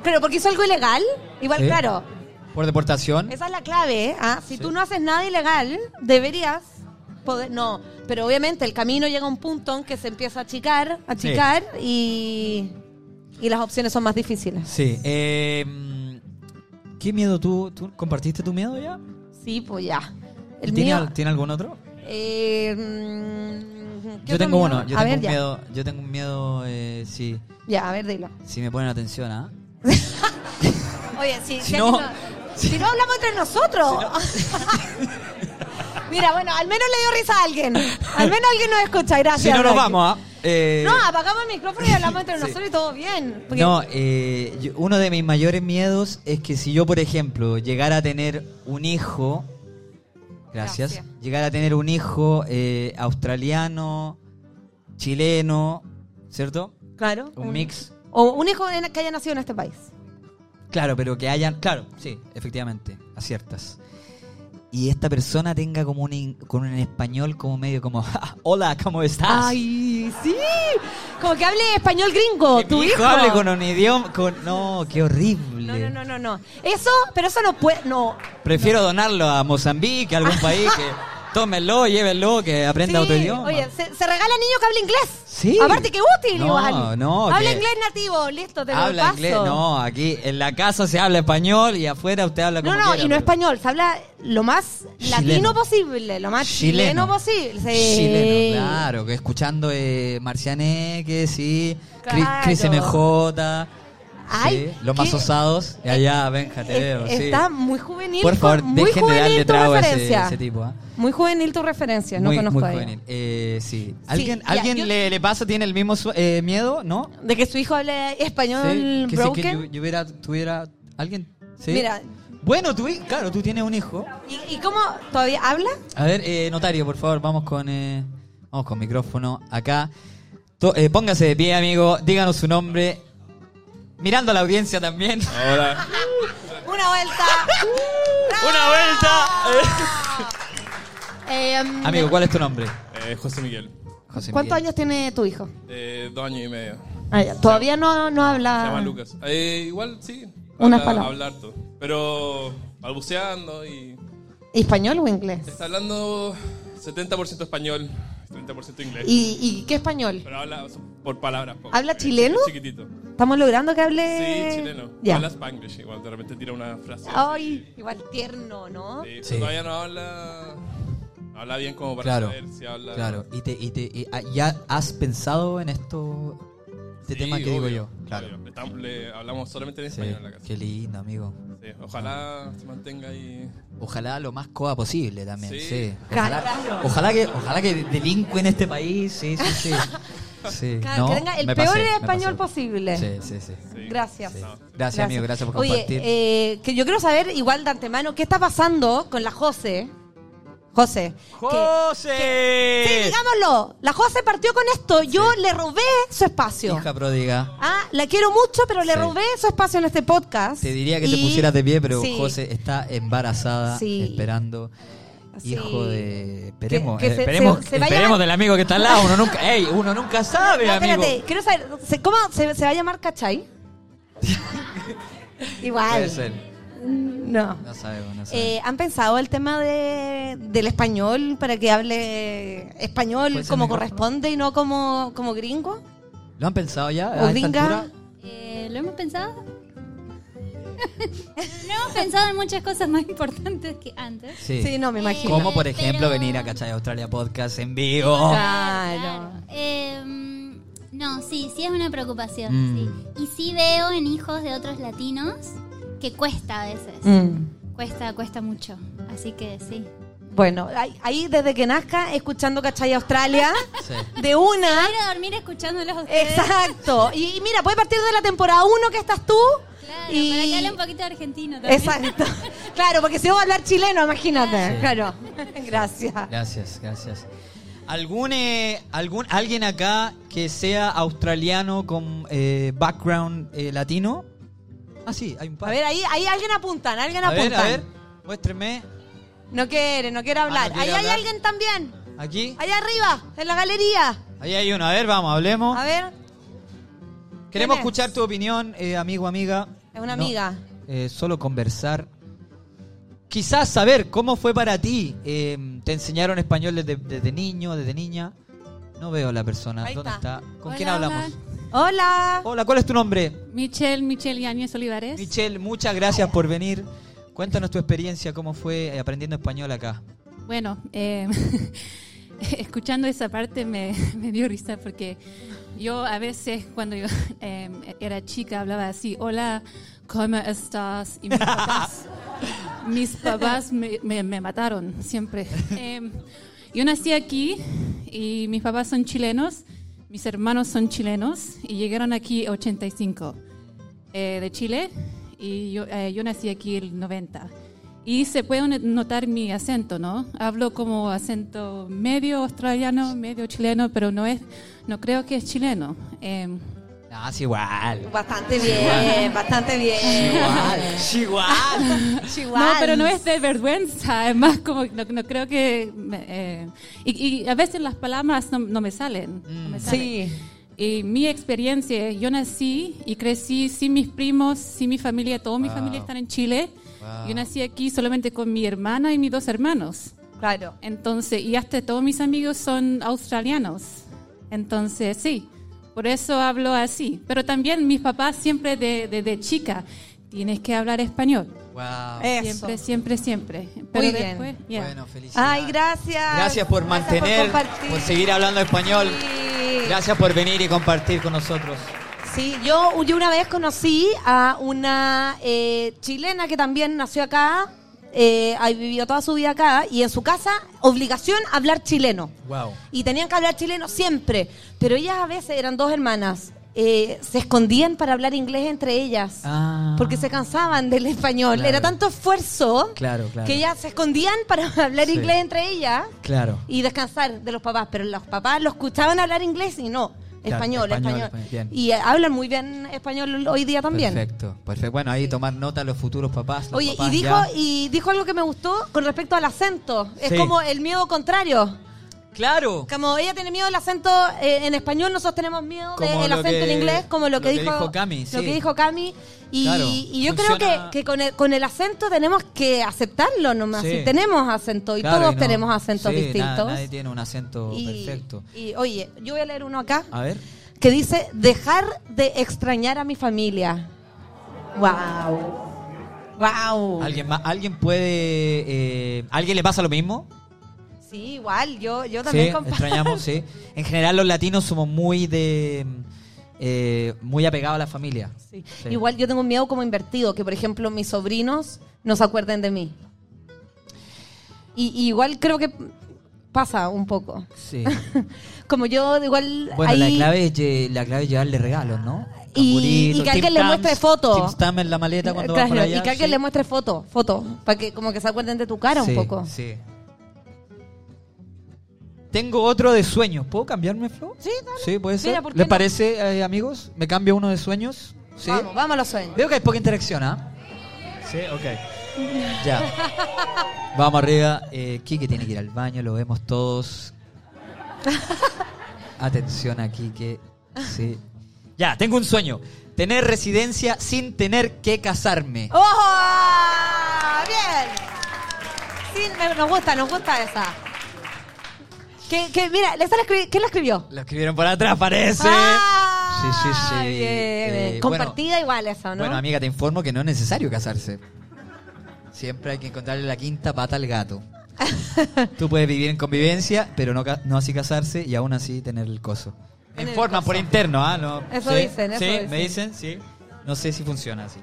claro, porque hizo algo ilegal, igual
Sí.
claro,
¿Por deportación?
esa es la clave. ¿eh? Ah, Si tú no haces nada ilegal, deberías poder. No, pero obviamente el camino llega a un punto en que se empieza a achicar, a achicar y, y las opciones son más difíciles.
Sí. eh, mm, ¿Qué miedo tú, tú compartiste tu miedo ya?
Sí, pues ya. El
¿Tiene,
mío.
al- ¿Tiene algún otro?
eh, mm, ¿qué
Yo
otro
tengo
miedo?
uno. Yo tengo
a ver,
un
ya.
miedo. Yo tengo un miedo eh, si,
Ya, a ver, dilo.
si me ponen atención, ¿ah?
Oye, si,
Si
si
no-
no, si no hablamos entre nosotros. Mira, bueno, al menos le dio risa a alguien. Al menos alguien nos escucha, gracias.
Si no nos
Rocky.
vamos, ¿ah? Eh,
No, apagamos el micrófono y hablamos entre nosotros y todo bien. Porque-
No, eh, yo- uno de mis mayores miedos es que si yo, por ejemplo, llegara a tener un hijo, gracias,
Gracias.
llegara a tener un hijo eh, australiano, chileno, ¿cierto?
Claro.
Un mix.
O un hijo en- que haya nacido en este país.
Claro, pero que hayan, claro, sí, efectivamente, aciertas. Y esta persona tenga como un, in- con un español como medio como, "Ja, hola, ¿cómo estás?
Ay, sí. Como que hable español gringo,
Que
tu
mi
hijo.
hable con un idioma, con, no, qué horrible.
No, no, no, no, no. Eso, pero eso no puede. No.
Prefiero donarlo a Mozambique, a algún país que tómenlo, llévenlo, que aprenda
Sí,
otro idioma.
Oye, se, se regala al niño que hable inglés.
Sí.
Aparte que útil
No,
igual.
no,
Habla
que-
inglés nativo, listo, te lo
habla
paso.
inglés, no, aquí en la casa se habla español y afuera usted habla como
No, no,
quiera,
y no
pero-
español, se habla lo más
Chileno.
latino posible, lo más Ah, chileno, posible. Sí.
Chileno, claro, que escuchando eh, Marcianeque, sí,
Claro.
Cris MJ,
Ay,
sí, los más
qué-
osados, y allá, Benja, Ah, te
Es-
veo, sí.
Está muy juvenil.
Por favor,
muy
dejen de
juvenil
darle
tu
trago a ese,
referencia.
ese tipo, ¿ah?
Muy juvenil tu referencia, no
muy,
conozco
muy
a ella.
juvenil. Eh, sí. ¿Alguien,
ya,
¿alguien
yo-
le, le pasa, tiene el mismo su- eh, miedo? ¿No?
De que su hijo hable español
Sí, que si que
broken.
yo, yo hubiera, tuviera alguien. sí.
Mira.
Bueno, tú, claro, tú tienes un hijo.
¿Y, y cómo todavía habla?
A ver, eh, notario, por favor, vamos con, eh, vamos con micrófono acá. To- eh, póngase de pie, amigo. Díganos su nombre. Mirando a la audiencia también.
Ahora.
Una vuelta.
Una vuelta.
Eh, um,
amigo, ¿cuál es tu nombre?
Eh, Eh, José Miguel.
José
Eh, ¿Cuántos
Miguel.
años tiene tu hijo?
Eh, dos años y medio.
Ah, ya. Todavía no, no habla.
Se llama Lucas. Eh, igual sí.
Ah. Unas
habla-
palabras.
Habla harto. Pero balbuceando y.
¿Español o inglés?
Está hablando 70% español, 30% inglés.
¿Y, y qué español?
Pero habla por palabras. poco.
¿Habla
Eh,
chileno?
Chiquitito.
¿Estamos logrando que hable?
Sí, chileno.
Ya. Ah.
Habla spanglish igual, de repente tira una frase.
Ay, igual tierno, ¿no?
Sí,
Sí.
pero Todavía no habla. no habla bien como para
Claro,
saber si habla.
claro. ¿Y, te, y te- y- ah, ya has pensado en esto, este
Sí,
tema que digo
obvio,
yo? Claro.
obvio. Estamos- le hablamos solamente en
Sí,
español en la casa.
qué lindo, amigo.
Sí, Ojalá se mantenga ahí.
Ojalá lo más coa posible también, sí.
Sí.
Ojalá, ojalá que, ojalá que delincue en este país, sí, sí, sí. Sí,
Claro,
no,
que tenga el
me
peor
pasé, me
español
pasé.
posible.
Sí, sí, sí.
Sí.
Gracias.
Sí. Gracias, amigo, gracias por compartir.
Oye, eh, que yo quiero saber, igual de antemano, ¿qué está pasando con la Jose? José. que-
¡José!
sí, digámoslo. La Jose partió con esto. Yo le robé su espacio.
Hija pródiga.
Ah, la quiero mucho, pero le
Sí.
robé su espacio en este podcast.
Te diría que te
Y-
pusieras de pie, pero
sí.
José está embarazada,
Sí.
esperando.
Sí.
Hijo de. Esperemos,
Que- que se-
esperemos,
se- se vaya-
esperemos del amigo que está al lado. Uno nunca, ey, uno nunca sabe,
No,
amigo.
espérate, quiero saber, ¿se- ¿cómo se, se va a llamar Cachai?
Puede
igual.
ser.
No.
No sabemos, no sabemos.
Eh, ¿Han pensado el tema de, del español para que hable español
¿Puede ser
como
mejor?
corresponde y no como, como gringo?
¿Lo han pensado ya?
¿O
¿A esta
gringa?
altura?
Eh, ¿Lo hemos pensado? no hemos pensado en muchas cosas más importantes que antes.
Sí.
Sí, no, me imagino.
Como por
Eh,
ejemplo
pero-
venir a Cachai Australia Podcast en vivo.
Claro.
Em, no, sí, sí es una preocupación.
Mm.
sí. Y sí veo en hijos de otros latinos que cuesta a veces.
Mm.
Cuesta, cuesta mucho. Así que sí.
Bueno, ahí, ahí desde que nazca, escuchando Cachai Australia,
Sí.
de una.
Ir a dormir escuchándolos a ustedes.
Exacto. Y, y mira, puede partir de la temporada 1 que estás tú.
Claro,
y...
para que hable un poquito de argentino también.
Exacto. Claro, porque si no va a hablar chileno, imagínate. Claro. Gracias.
Gracias, gracias. ¿Algún, eh, algún, ¿Alguien acá que sea australiano con eh, background eh, latino? Ah, sí, hay un par.
A ver, ahí, ahí alguien apuntan, alguien
a
apuntan.
ver, a ver, muéstrenme.
No quiere, no quiere hablar.
Ah, no quiere
ahí hay
hablar.
alguien también.
Aquí,
Allá arriba, en la galería.
ahí hay uno. A ver, vamos, hablemos.
A ver,
Queremos
¿quién es?
escuchar tu opinión, eh, amigo, amiga.
es una
No,
amiga.
eh, solo conversar. Quizás saber cómo fue para ti. Eh, ¿Te enseñaron español desde, desde niño, desde niña? No veo a la persona.
Ahí
¿Dónde
está.
está? ¿Con quién hablamos?
Hola.
Hola, ¿cuál es tu nombre?
Michelle, Michelle Yañez Olivares.
Michelle, muchas gracias por venir. Cuéntanos tu experiencia, cómo fue eh, aprendiendo español acá.
Bueno, eh, escuchando esa parte me, me dio risa porque yo a veces cuando yo eh, era chica hablaba así, hola, ¿cómo estás? Y mis papás, mis papás me, me- me mataron siempre. Eh, yo nací aquí y mis papás son chilenos, mis hermanos son chilenos y llegaron aquí 85 eh, de Chile y yo, eh, yo nací aquí el 90. Y se puede ne- notar mi acento, ¿no? Hablo como acento medio australiano, medio chileno, pero no es, no creo que es chileno. Em,
No, es igual.
Bastante bien, bastante bien.
Igual, es igual.
no, pero no es de vergüenza, es más como, no, no creo que... me- eh, y, y a veces las palabras no, no me salen. no
Mm.
me salen.
Sí.
Y mi experiencia, yo nací y crecí sin mis primos, sin mi familia, toda mi
Wow.
familia está en Chile.
Wow.
Yo nací aquí solamente con mi hermana y mis dos hermanos.
Claro.
Entonces, y hasta todos mis amigos son australianos. Entonces, sí, por eso hablo así. Pero también mis papás siempre de, de- de chica, tienes que hablar español.
Wow.
Eso.
Siempre, siempre, siempre. Pero
Muy bien.
después, ya.
Bueno, felicidades.
Eh, Ay, gracias.
Gracias por mantener, por,
compartir.
seguir hablando español.
Sí.
Gracias por venir y compartir con nosotros.
Sí, yo, yo una vez conocí a una eh, chilena que también nació acá, eh, ha vivido toda su vida acá, y en su casa, obligación hablar chileno.
Wow.
Y tenían que hablar chileno siempre. Pero ellas a veces eran dos hermanas. eh, se escondían para hablar inglés entre ellas.
Ah.
Porque se cansaban del español.
Claro.
Era tanto esfuerzo
Claro, claro.
que ellas se escondían para hablar
Sí.
inglés entre ellas
Claro.
y descansar de los papás, pero los papás los escuchaban hablar inglés y no,
Claro,
español,
español,
español.
español, bien.
Y eh, hablan muy bien español hoy día también.
Perfecto, perfecto. Bueno, ahí tomar nota los futuros papás. los
Oye, y
papás
dijo,
ya.
y dijo algo que me gustó con respecto al acento. Es
Sí.
como el miedo contrario.
Claro.
Como ella tiene miedo del acento eh, en español, nosotros tenemos miedo
Como
del
lo
acento en
que-
inglés, como lo que,
lo que
dijo,
dijo Cami, sí.
Lo que dijo Cami. Y,
Claro,
y yo creo
funciona-
que, que con, el, con el acento tenemos que aceptarlo nomás.
Sí.
Si tenemos acento y
Claro,
todos
no-
tenemos acentos
sí, na-
distintos.
nadie tiene un acento perfecto.
y oye, yo voy a leer uno acá
A ver.
que dice dejar de extrañar a mi familia. Wow. Wow.
¿Alguien, más, ¿alguien puede. eh, ¿Alguien le pasa lo mismo?
Sí, igual, yo, yo
Sí,
también comparto.
extrañamos, sí. En general, los latinos somos muy de. eh, muy apegados a la familia. Sí.
Igual yo tengo un miedo como invertido, que por ejemplo mis sobrinos no se acuerden de mí. Y, y igual creo que pasa un poco.
Sí.
Como yo igual
Bueno, la
ahí-
clave, es, lle- la clave es llevarle regalos, ¿no?
y,
Cangurito,
y que
Tim
alguien le
Tams,
muestre
Tim
foto.
Tam en la maleta cuando va
Claro,
para allá.
y que alguien le muestre foto, foto, para que como que se acuerden de tu cara
Sí,
un poco.
Sí. Tengo otro de sueños. ¿Puedo cambiarme, Flo?
Sí, dale.
Sí, puede ser.
Mira, ¿por qué
¿Les
no?
parece, eh, amigos? ¿Me cambio uno de sueños? Sí.
Vamos, vamos a los sueños.
Veo que hay poca interacción, ¿ah? Sí, ok. Ya. Vamos arriba. Eh, Quique tiene que ir al baño, lo vemos todos. Atención a Quique. Sí. Ya, tengo un sueño. Tener residencia sin tener que casarme.
¡Oh! ¡Bien! Sí, me- nos gusta, nos gusta esa. Que, que mira, esa la escribí- ¿quién la escribió?
Lo escribieron por atrás, parece.
Ah,
sí, sí, sí.
bien.
Eh, bueno,
Compartida igual esa, ¿no?
Bueno, amiga, te informo que no es necesario casarse. Siempre hay que encontrarle la quinta pata al gato. Tú puedes vivir en convivencia, pero no, ca- no así casarse y aún así tener el coso. Me
Tener el
informan
coso.
por interno, ¿ah? No,
Eso dicen, eso
sí, me
dicen.
dicen, sí. No sé si funciona así.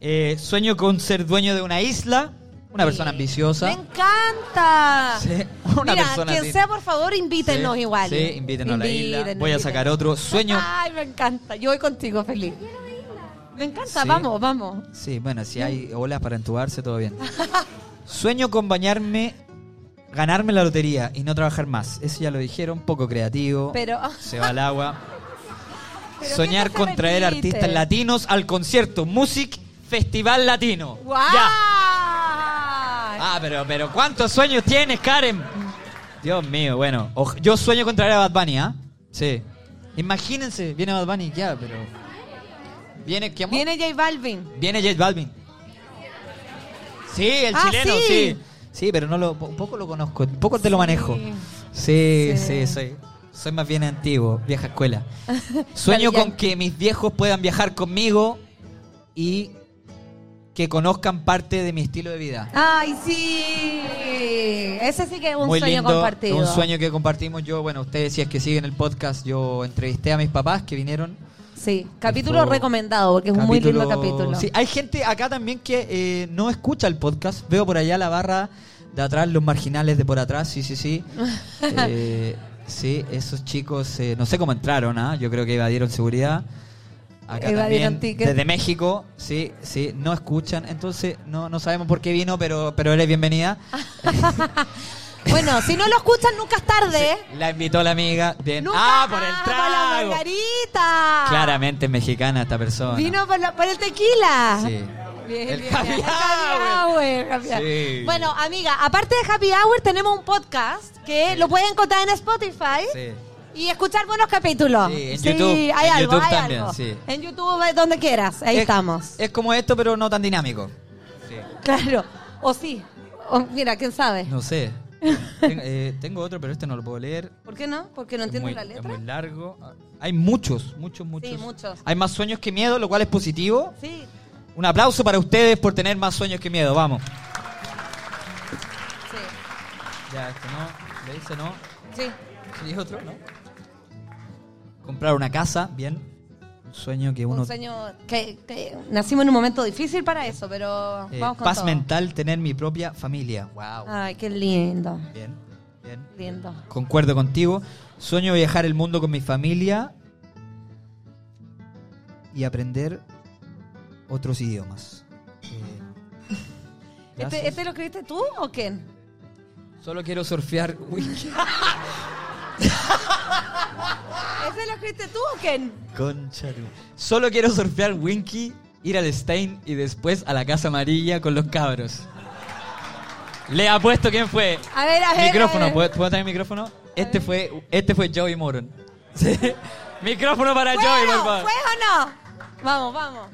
Eh, sueño con ser dueño de una isla, una persona ambiciosa.
¡Me encanta!
Sí, una
mira,
persona
quien
así.
sea, por favor, invítenos
Sí,
igual.
Sí, invítenos a la isla.
Invítenos,
Voy a
invítenos. Ah,
sacar otro sueño.
Ay, me encanta. Yo voy contigo, feliz. Me encanta,
Sí.
vamos, vamos.
Sí, bueno, si hay olas para entubarse, todo bien. Sueño con bañarme, ganarme la lotería y no trabajar más. Eso ya lo dijeron, poco creativo.
Pero-
Se va al agua.
Pero
Soñar
¿qué cosa
con traer
repite?
artistas latinos al concierto Music Festival Latino.
¡Guau!
Ya. Ah, pero, pero ¿cuántos sueños tienes, Karen? Dios mío, bueno. oj- yo sueño con traer a Bad Bunny, ¿ah? Sí. Imagínense, viene Bad Bunny, ya, pero. Viene, ¿qué amor?
Viene J Balvin.
Viene Jet Balvin. Sí, el
Ah,
chileno,
sí.
sí. sí. pero no lo, un poco lo conozco, un poco te lo manejo. Sí, sí, soy, soy más bien antiguo, vieja escuela. Sueño
Dale, ya.
con que mis viejos puedan viajar conmigo y que conozcan parte de mi estilo de vida.
Ay, sí. Ese sí que es Ah, un
Muy
sueño
lindo,
compartido.
un sueño que compartimos yo, bueno, ustedes si es que siguen el podcast, yo entrevisté a mis papás que vinieron
Sí, capítulo
Tipo,
recomendado porque es un muy lindo capítulo.
Sí, hay gente acá también que eh, no escucha el podcast. Veo por allá la barra de atrás, los marginales de por atrás. Sí, sí, sí. Eh, sí, esos chicos, eh, no sé cómo entraron, ¿ah? yo creo que evadieron seguridad. Acá
Evadieron
también,
ticket.
desde México, sí, sí, no escuchan. Entonces, no, no sabemos por qué vino, pero, pero eres bienvenida.
Bueno, si no lo escuchan, nunca es tarde. ¿eh?
La invitó la amiga. Bien.
Nunca-
¡Ah, por el
Ah, por la
trago!
margarita.
Claramente es mexicana esta persona.
Vino Ah. por, la- por el tequila.
Sí.
Bien,
El
bien,
happy
bien.
hour.
hour, happy hour.
Sí.
Bueno, amiga, aparte de Happy Hour, tenemos un podcast que lo pueden encontrar en Spotify.
Sí.
Y escuchar buenos capítulos.
Sí, en
Sí,
YouTube,
hay
en
algo,
YouTube
hay
también,
algo.
sí.
En YouTube, eh, donde quieras, ahí
Es-
estamos.
Es como esto, pero no tan dinámico.
Claro, o sí. O, mira, quién sabe.
No sé. Ten- eh, tengo otro, pero este no lo puedo leer.
¿Por qué no? Porque no
Es
entiendo
muy-
la letra.
Es muy largo. Ah, Hay muchos, muchos, muchos.
muchos.
Hay más sueños que miedo, lo cual es positivo.
Sí.
Un aplauso para ustedes por tener más sueños que miedo. Vamos.
Sí.
Ya, este no. Le dice no.
Sí.
Sí, otro, ¿no? Comprar una casa, bien. Un sueño que uno.
Un sueño que, que nacimos en un momento difícil para eso, pero
eh,
vamos con
paz
todo. Ah.
mental, tener mi propia familia. Wow.
Ay, qué lindo,
Bien, bien.
lindo.
Concuerdo contigo. Sueño viajar el mundo con mi familia y aprender otros idiomas. Eh, gracias.
¿Este, este lo escribiste tú o quién?
Solo quiero surfear. Uy,
¿Ese lo escribiste tú o quién?
concha tu- Solo quiero surfear Winky, ir al Stein y después a la Casa Amarilla con los cabros. Le apuesto quién fue.
A ver, a ver.
Micrófono, pues.
a ver. eh.
¿puedo, puedo tener micrófono? Este fue, este fue Joey Moron. Sí. Micrófono para Joey, por favor.
¿Fue o no? Vamos, vamos.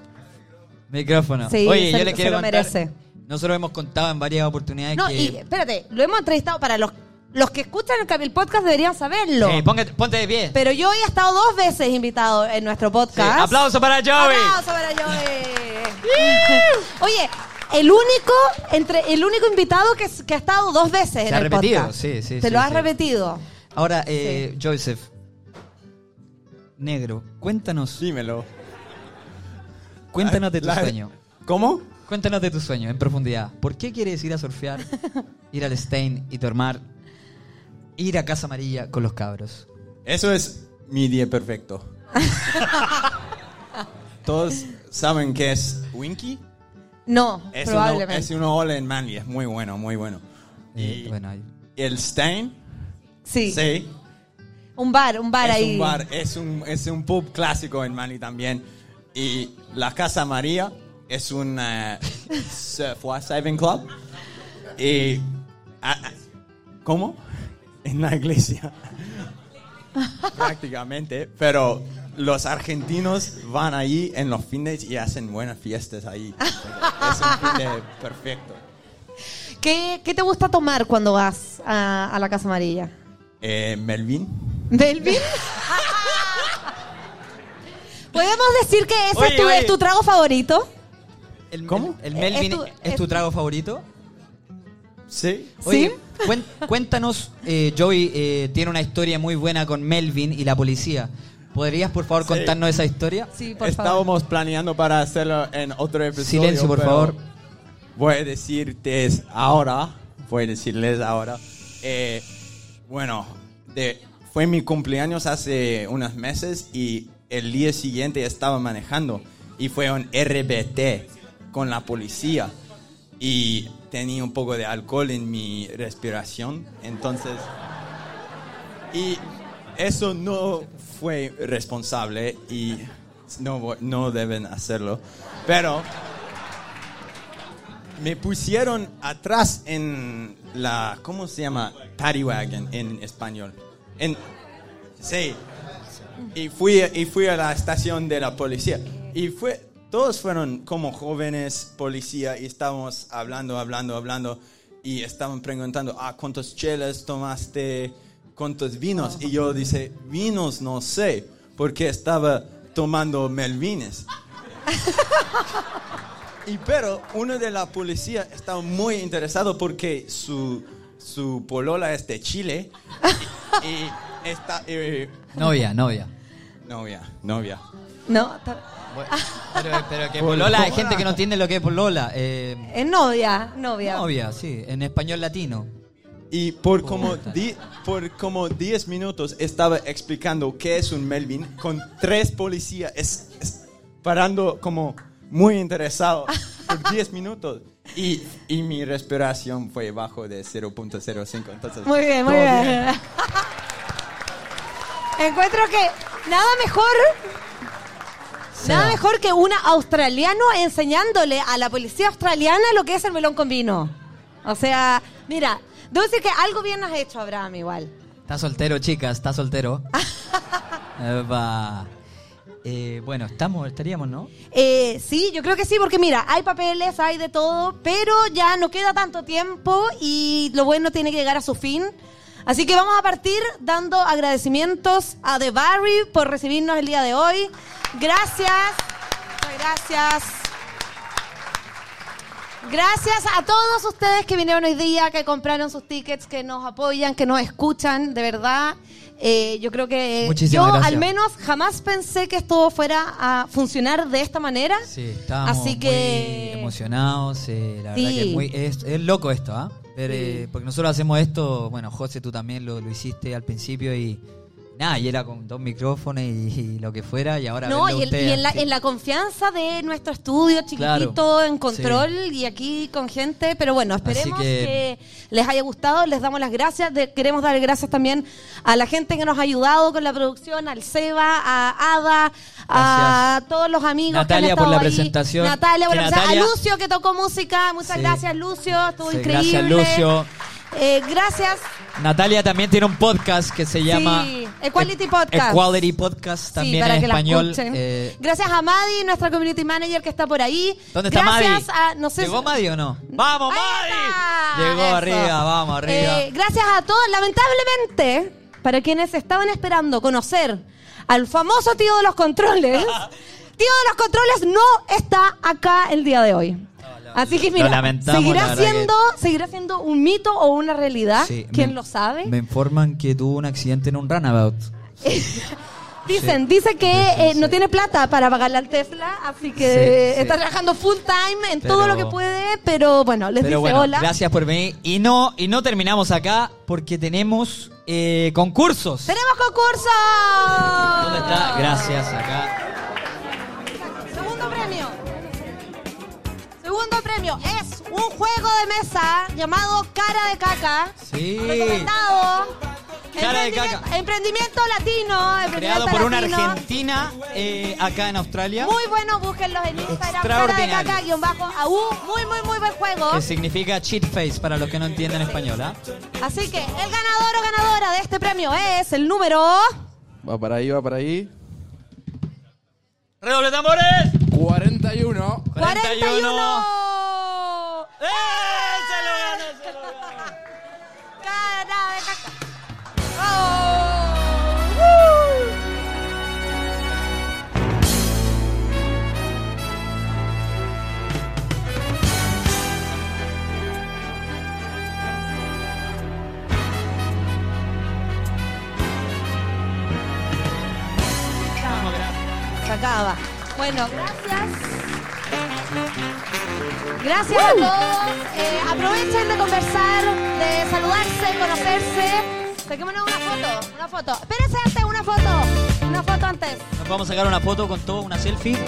Micrófono.
Sí,
Oye,
se-
yo le
se
quiero
lo
contar-
merece.
Nosotros hemos contado en varias oportunidades
No,
que...
y espérate, lo hemos entrevistado para los, los que escuchan el, el podcast deberían saberlo.
Sí, póngate- Eh, ponte de pie.
Pero yo he estado dos veces invitado en nuestro
Sí,
podcast.
Aplauso para Joey.
Aplauso para Joey. Oye, el único entre el único invitado que, s- que ha estado dos veces en
ha
el
repetido,
podcast.
sí, sí,
Te
sí,
lo has
sí.
repetido.
Ahora, eh, Joseph. Negro, cuéntanos.
Dímelo.
Cuéntanos de tu
La-
sueño.
¿Cómo?
Cuéntanos de tu sueño en profundidad. ¿Por qué quieres ir a surfear, ir al Stein y tomar, ir a Casa Amarilla con los cabros?
Eso es mi día perfecto. Todos saben qué es Winky.
No,
Es, una,
probablemente.
es una ola en Manly, es muy bueno, muy bueno.
Eh,
Y el Stein.
Sí.
Sí.
Un bar, un bar
es
ahí.
un bar, es un, es un pub clásico en Manly también. Y la Casa María es un eh, surf diving club. Y, ah, ah, ¿Cómo? En la iglesia. Prácticamente. Pero los argentinos van ahí en los fines y hacen buenas fiestas ahí. Es un fin de perfecto.
¿Qué, qué te gusta tomar cuando vas a, a la Casa Amarilla?
Eh, Melvin.
¿Belvin? ¿Podemos decir que ese
Oye,
es, tu,
oye.
es tu trago favorito?
¿Cómo? ¿El, Melvin es
Eh, Es tu-
tu,
es-
trago favorito?
Sí.
Oye, cuen- cuéntanos, eh, Joey eh, tiene una historia muy buena con Melvin y la policía. ¿Podrías, por favor,
Sí.
contarnos esa historia?
Estábamos planeando para hacerlo en otro episodio.
Silencio, por
pero
favor.
Voy a decirles ahora. Voy a decirles ahora. eh, bueno, de- fue mi cumpleaños hace unos meses y el día siguiente estaba manejando y fue un RBT con la policía y tenía un poco de alcohol en mi respiración, entonces y eso no fue responsable y no, vo- no deben hacerlo. Pero me pusieron atrás en la, ¿cómo se llama? Paddy wagon en español. En, sí. Y fui, y fui a la estación de la policía. Y fue, todos fueron como jóvenes policía y estábamos hablando, hablando, hablando. Y estaban preguntando, ah, ¿cuántos chelas tomaste? ¿Cuántos vinos? Y yo dice, vinos no sé, porque estaba tomando melvines. Y pero uno de la policía estaba muy interesado porque su, su polola es de Chile y, y está... eh,
Novia, novia.
novia, novia.
No, ta-
Pero, pero que polola, hay gente que no entiende lo que es polola. Eh,
es novia, novia.
novia, sí, en español latino.
Y por como, di- por como 10 minutos estaba explicando qué es un Melvin con tres policías es, es- parando como muy interesado por 10 minutos. Y, y mi respiración fue bajo de 0.05. Entonces,
Muy bien, muy
todo
bien. Encuentro que nada mejor, nada mejor que un australiano enseñándole a la policía australiana lo que es el melón con vino. O sea, mira, debo decir que algo bien has hecho, Abraham, igual.
Está soltero, chicas, está soltero. Epa. Eh, bueno, estamos, estaríamos, ¿no?
Eh, sí, yo creo que sí, porque mira, hay papeles, hay de todo, pero ya no queda tanto tiempo y lo bueno tiene que llegar a su fin. Así que vamos a partir dando agradecimientos a The Barry por recibirnos el día de hoy. Gracias, muchas gracias. Gracias a todos ustedes que vinieron hoy día, que compraron sus tickets, que nos apoyan, que nos escuchan, de verdad. Eh, yo creo que
Muchísimas
yo
gracias.
al menos jamás pensé que esto fuera a funcionar de esta manera.
Sí, estábamos
Así que-
muy emocionados. eh, la verdad
Sí.
que es, muy- es- es loco esto, ¿ah? Pero, eh,
Sí.
porque nosotros hacemos esto, bueno, José, tú también lo, lo hiciste al principio y nada, y era con dos micrófonos y, y lo que fuera, y ahora...
No,
verlo
y, el-
ustedes
y en, la,
así.
en la confianza de nuestro estudio chiquitito,
Claro,
en control y aquí con gente. Pero bueno, esperemos que...
que-
les haya gustado. Les damos las gracias. De- queremos dar gracias también a la gente que nos ha ayudado con la producción, al Seba, a Ada, a todos los amigos.
Natalia
que han
por
estado
la
ahí.
presentación.
Natalia por
Que
la presentación. A
Natalia-
Lucio que tocó música. Muchas
Sí.
gracias, Lucio. Estuvo
Sí,
increíble.
Gracias, Lucio.
Eh, gracias.
Natalia también tiene un podcast que se llama E-,
Sí, Equality Podcast.
Equality Podcast, también
para
en
que la
español.
escuchen.
eh,
Gracias a Madi, nuestra community manager que está por ahí.
¿Dónde está
gracias
Madi?
a no sé
¿Llegó
si-
Madi o no? ¡Vamos, Madi! Llegó
eso.
arriba, vamos, arriba.
Eh, gracias a todos. Lamentablemente, para quienes estaban esperando conocer al famoso tío de los controles, tío de los controles no está acá el día de hoy. Así que mira,
Lo lamentamos, la
seguirá
verdad
siendo, seguirá siendo un mito o una realidad,
Sí,
quién
me-
lo sabe.
Me informan que tuvo un accidente en un runabout.
Dicen, dice que eh, no tiene plata para pagarle al Tesla, así que
Sí, sí.
está trabajando full time en
Pero-
todo lo que puede, pero bueno, les dice
Pero bueno,
hola.
gracias por venir. Y no, y no terminamos acá porque tenemos eh, concursos.
¡Tenemos concurso! ¿Dónde
está? Gracias acá.
Segundo premio. Segundo premio es un juego de mesa llamado Cara de Caca.
Sí.
Recomendado.
Cara de
Emprendimiento- Emprendimiento latino. emprendimiento
Creado por una
latino.
argentina eh, acá en Australia.
Muy bueno, búsquenlos en Instagram. Cara de
Extraordinario.
Caca, guión bajo, AU. Muy, muy, muy buen juego.
Que significa cheat face para los que no entienden español, ¿ah?
Así que el ganador o ganadora de este premio es el número...
Va para ahí, va para ahí.
¡Redoble tambores!
41.
41. Cara de Caca. ¡Oh! ¡Woo! Se acaba. Bueno, gracias. Gracias a todos. Eh, aprovechen de conversar, de saludarse, conocerse. Saquémonos una foto, una foto. Espérense antes, una foto. Una foto antes.
Nos vamos a sacar una foto con todo, una selfie.